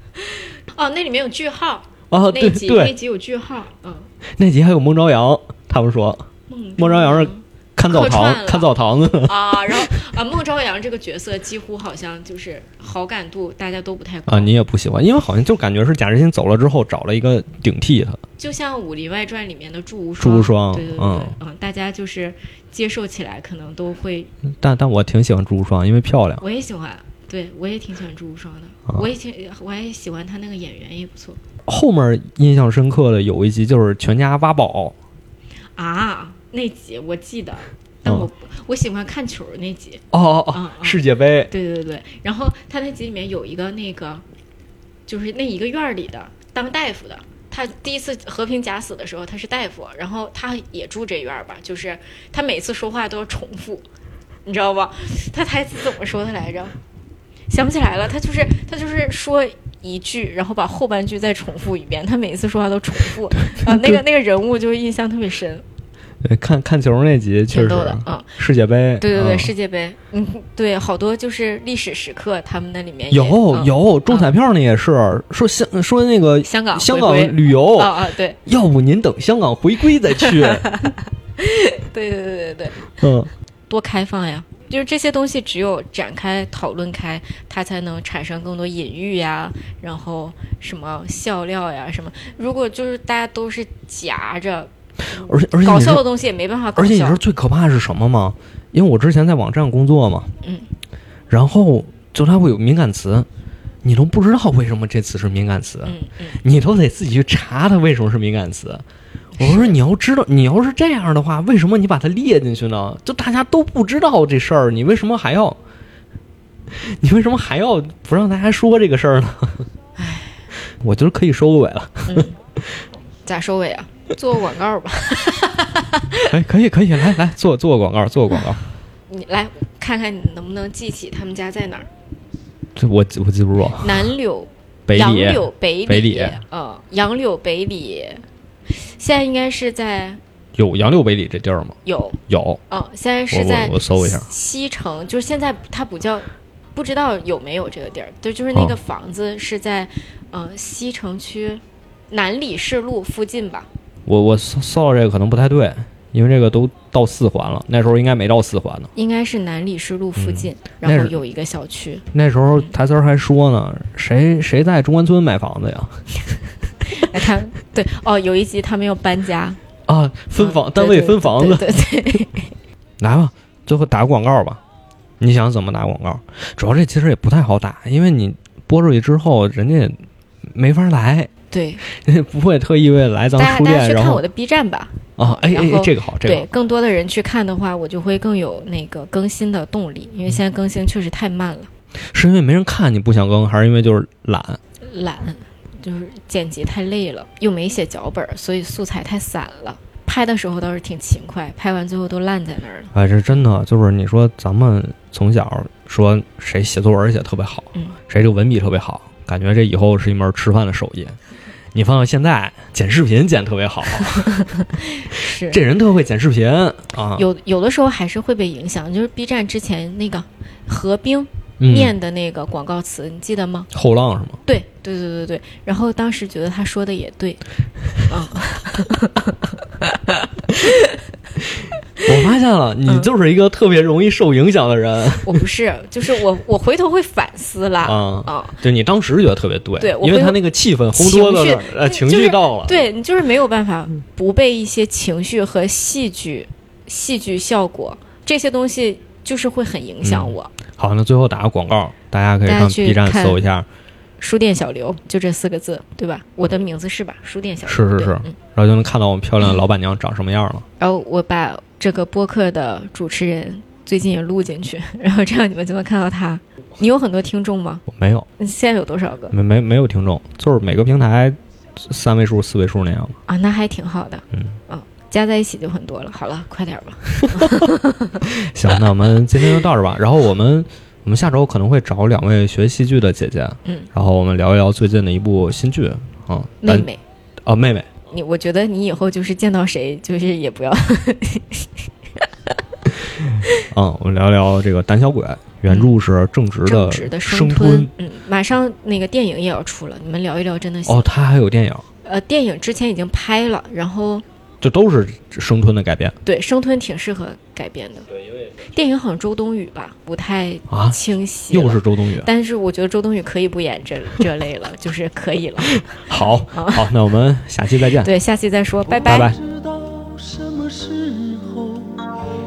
[SPEAKER 2] 哦，那里面有句号，
[SPEAKER 1] 啊？
[SPEAKER 2] 那
[SPEAKER 1] 对
[SPEAKER 2] 集那
[SPEAKER 1] 对，
[SPEAKER 2] 集有句号，嗯，
[SPEAKER 1] 那集还有孟朝阳，他们说孟朝阳是看澡
[SPEAKER 2] 客串
[SPEAKER 1] 堂
[SPEAKER 2] 了
[SPEAKER 1] 看澡堂 子，
[SPEAKER 2] 啊，然后啊，孟朝阳这个角色几乎好像就是好感度大家都不太高
[SPEAKER 1] 啊，你也不喜欢，因为好像就感觉是贾日新走了之后找了一个顶替他，
[SPEAKER 2] 就像《武林外传》里面的祝无双，
[SPEAKER 1] 朱无双，
[SPEAKER 2] 对对对，
[SPEAKER 1] 嗯，
[SPEAKER 2] 嗯，大家就是接受起来可能都会，
[SPEAKER 1] 但但我挺喜欢朱无双，因为漂亮。
[SPEAKER 2] 我也喜欢，对我也挺喜欢祝无双的，
[SPEAKER 1] 啊
[SPEAKER 2] 我也挺，我还喜欢他那个演员也不错
[SPEAKER 1] 后面印象深刻的有一集就是全家挖宝，
[SPEAKER 2] 啊，那集我记得，但我、我喜欢看球那集，
[SPEAKER 1] 哦哦
[SPEAKER 2] 嗯
[SPEAKER 1] 哦，
[SPEAKER 2] 嗯
[SPEAKER 1] 世界杯，
[SPEAKER 2] 对对对，然后他那集里面有一个那个，就是那一个院儿里的当大夫的，他第一次和平假死的时候他是大夫，然后他也住这院儿吧，就是他每次说话都要重复，你知道吧？他台词怎么说的来着？想不起来了，他就是他就是说一句，然后把后半句再重复一遍，他每次说话都重复啊，那个那个人物就印象特别深，
[SPEAKER 1] 对看看球那集确
[SPEAKER 2] 挺
[SPEAKER 1] 实
[SPEAKER 2] 逗的，嗯。
[SPEAKER 1] 世界杯，
[SPEAKER 2] 对对对，
[SPEAKER 1] 嗯
[SPEAKER 2] 世界杯，嗯，对，好多就是历史时刻，他们那里面也
[SPEAKER 1] 有
[SPEAKER 2] 嗯
[SPEAKER 1] 有中彩票那也是说香说那个
[SPEAKER 2] 香港
[SPEAKER 1] 香
[SPEAKER 2] 回
[SPEAKER 1] 港
[SPEAKER 2] 归
[SPEAKER 1] 旅游
[SPEAKER 2] 啊，啊，对
[SPEAKER 1] 要不您等香港回归再 去，
[SPEAKER 2] 对对对对对，
[SPEAKER 1] 嗯，
[SPEAKER 2] 多开放呀！就是这些东西只有展开讨论开，它才能产生更多隐喻呀，然后什么笑料呀，什么。如果就是大家都是夹着，
[SPEAKER 1] 而且而且
[SPEAKER 2] 搞
[SPEAKER 1] 你
[SPEAKER 2] 笑
[SPEAKER 1] 说
[SPEAKER 2] 的东西也没办法搞
[SPEAKER 1] 而且你知
[SPEAKER 2] 笑
[SPEAKER 1] 道。最可怕的是什么吗？因为我之前在网站工作嘛，
[SPEAKER 2] 嗯，
[SPEAKER 1] 然后就它会有敏感词，你都不知道为什么这词是敏感词，
[SPEAKER 2] 嗯嗯，
[SPEAKER 1] 你都得自己去查它为什么是敏感词。我说你要知道，你要是这样的话，为什么你把它列进去呢？就大家都不知道这事儿，你为什么还要？你为什么还要不让大家说这个事儿呢？ 我觉得可以收个尾 了。
[SPEAKER 2] 咋收尾啊？做个广告吧，
[SPEAKER 1] 哎，可以可以，来来做做个广告，做个广告。
[SPEAKER 2] 你来看看你能不能记起他们家在哪儿？
[SPEAKER 1] 这我记我记不住，
[SPEAKER 2] 南柳
[SPEAKER 1] 啊北
[SPEAKER 2] 杨
[SPEAKER 1] 里
[SPEAKER 2] 柳北里，
[SPEAKER 1] 北里
[SPEAKER 2] 呃，杨柳北里，现在应该是在
[SPEAKER 1] 有杨柳北里这地儿吗？
[SPEAKER 2] 有，
[SPEAKER 1] 有，
[SPEAKER 2] 嗯，现在
[SPEAKER 1] 我
[SPEAKER 2] 是
[SPEAKER 1] 我
[SPEAKER 2] 在
[SPEAKER 1] 我搜一下
[SPEAKER 2] 西城，就是现在它不叫，不知道有没有这个地儿，对，就是那个房子是在，呃，西城区南礼士路附近吧，
[SPEAKER 1] 我我搜搜到这个可能不太对，因为这个都到四环了，那时候应该没到四环呢。
[SPEAKER 2] 应该是南礼士路附近，
[SPEAKER 1] 那
[SPEAKER 2] 然后
[SPEAKER 1] 是
[SPEAKER 2] 有一个小区，
[SPEAKER 1] 那时候台词儿还说呢，谁谁在中关村买房子呀？
[SPEAKER 2] 哎，他对哦，有一集他们要搬 家，
[SPEAKER 1] 啊，分房、
[SPEAKER 2] 嗯
[SPEAKER 1] 单位分房子，
[SPEAKER 2] 对对对对对
[SPEAKER 1] 来吧，最后打个广告吧。你想怎么打广告？主要这其实也不太好打，因为你播出去之后，人家也没法来，
[SPEAKER 2] 对，
[SPEAKER 1] 人家不会特意为了来咱
[SPEAKER 2] 大
[SPEAKER 1] 们书
[SPEAKER 2] 家大家
[SPEAKER 1] 店，
[SPEAKER 2] 去
[SPEAKER 1] 然
[SPEAKER 2] 看
[SPEAKER 1] 后
[SPEAKER 2] 我的 B 站吧，
[SPEAKER 1] 啊，哎哎
[SPEAKER 2] 然
[SPEAKER 1] 哎
[SPEAKER 2] 后，
[SPEAKER 1] 这个好，这个
[SPEAKER 2] 对
[SPEAKER 1] 好，
[SPEAKER 2] 更多的人去看的话，我就会更有那个更新的动力，因为现在更新确实太慢了，
[SPEAKER 1] 是因为没人看你不想更，还是因为就是懒？
[SPEAKER 2] 懒，就是剪辑太累了，又没写脚本，所以素材太散了。拍的时候倒是挺勤快，拍完最后都烂在那儿了。
[SPEAKER 1] 哎，这真的就是你说咱们从小说谁写作文写得特别好，
[SPEAKER 2] 嗯
[SPEAKER 1] 谁这个文笔特别好，感觉这以后是一门吃饭的手艺。你放到现在剪视频剪得特别 好，
[SPEAKER 2] 是，
[SPEAKER 1] 这人特会剪视频啊。
[SPEAKER 2] 有有的时候还是会被影响，就是 B 站之前那个何冰
[SPEAKER 1] 嗯
[SPEAKER 2] 念的那个广告词，你记得吗？
[SPEAKER 1] 后浪是吗？
[SPEAKER 2] 对对对对对，然后当时觉得他说的也对，嗯，
[SPEAKER 1] 我发现了，你
[SPEAKER 2] 嗯
[SPEAKER 1] 就是一个特别容易受影响的人
[SPEAKER 2] 我不是，就是我我回头会反思啦。
[SPEAKER 1] 啊。
[SPEAKER 2] 啊、
[SPEAKER 1] 对你当时觉得特别对，
[SPEAKER 2] 对我
[SPEAKER 1] 因为
[SPEAKER 2] 会
[SPEAKER 1] 他那个气氛烘托到
[SPEAKER 2] 情
[SPEAKER 1] 那
[SPEAKER 2] 绪
[SPEAKER 1] 儿，呃，情
[SPEAKER 2] 就是
[SPEAKER 1] 绪到了，
[SPEAKER 2] 对你就是没有办法不被一些情绪和戏剧、戏剧效果这些东西，就是会很影
[SPEAKER 1] 嗯
[SPEAKER 2] 响我。
[SPEAKER 1] 好，那最后打个广告，大家可以
[SPEAKER 2] 大家
[SPEAKER 1] 上
[SPEAKER 2] 去
[SPEAKER 1] B 站
[SPEAKER 2] 看
[SPEAKER 1] 搜一下，
[SPEAKER 2] 书店小刘就这四个字，对吧？我的名字是吧？书店小刘
[SPEAKER 1] 是是
[SPEAKER 2] 对
[SPEAKER 1] 是
[SPEAKER 2] 嗯
[SPEAKER 1] 然后就能看到我们漂亮的老板娘长什么样了。
[SPEAKER 2] 然后我把这个播客的主持人最近也录进去， 然后这样你们就能看到他。你有很多听众吗？
[SPEAKER 1] 我没有，
[SPEAKER 2] 你现在有多少个
[SPEAKER 1] 没没没有听众，就是每个平台三位数、四位数那样。
[SPEAKER 2] 啊？那还挺好的，啊
[SPEAKER 1] 嗯哎
[SPEAKER 2] 加在一起就很多了。好了，快点吧。
[SPEAKER 1] 行，那我们今天就到这儿吧。然后我们我们下周可能会找两位学戏剧的姐姐，
[SPEAKER 2] 嗯，
[SPEAKER 1] 然后我们聊一聊最近的一部新剧啊，
[SPEAKER 2] 妹
[SPEAKER 1] 但
[SPEAKER 2] 妹，
[SPEAKER 1] 啊妹妹，
[SPEAKER 2] 你我觉得你以后就是见到谁，就是也不要
[SPEAKER 1] 嗯，我们聊一聊这个《胆小鬼》，原著是正直
[SPEAKER 2] 嗯正
[SPEAKER 1] 的
[SPEAKER 2] 直的
[SPEAKER 1] 生
[SPEAKER 2] 生
[SPEAKER 1] 吞。
[SPEAKER 2] 嗯，马上那个电影也要出了，你们聊一聊真的行。
[SPEAKER 1] 哦，他还有电影，
[SPEAKER 2] 呃，电影之前已经拍了，然后
[SPEAKER 1] 这都是生吞的改编
[SPEAKER 2] 对生吞挺适合改编的。对，因为电影好像周冬雨吧，不太
[SPEAKER 1] 啊，
[SPEAKER 2] 清晰了。
[SPEAKER 1] 又是周冬 雨。
[SPEAKER 2] 但是我觉得周冬雨可以不演这这类了，就是可以 了。
[SPEAKER 1] 好，好，那我们下期再见，
[SPEAKER 2] 对，下期再说，
[SPEAKER 1] 拜拜。
[SPEAKER 3] 知道什么时候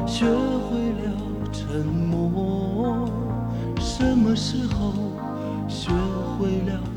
[SPEAKER 3] 学会了沉默，什么时候学会了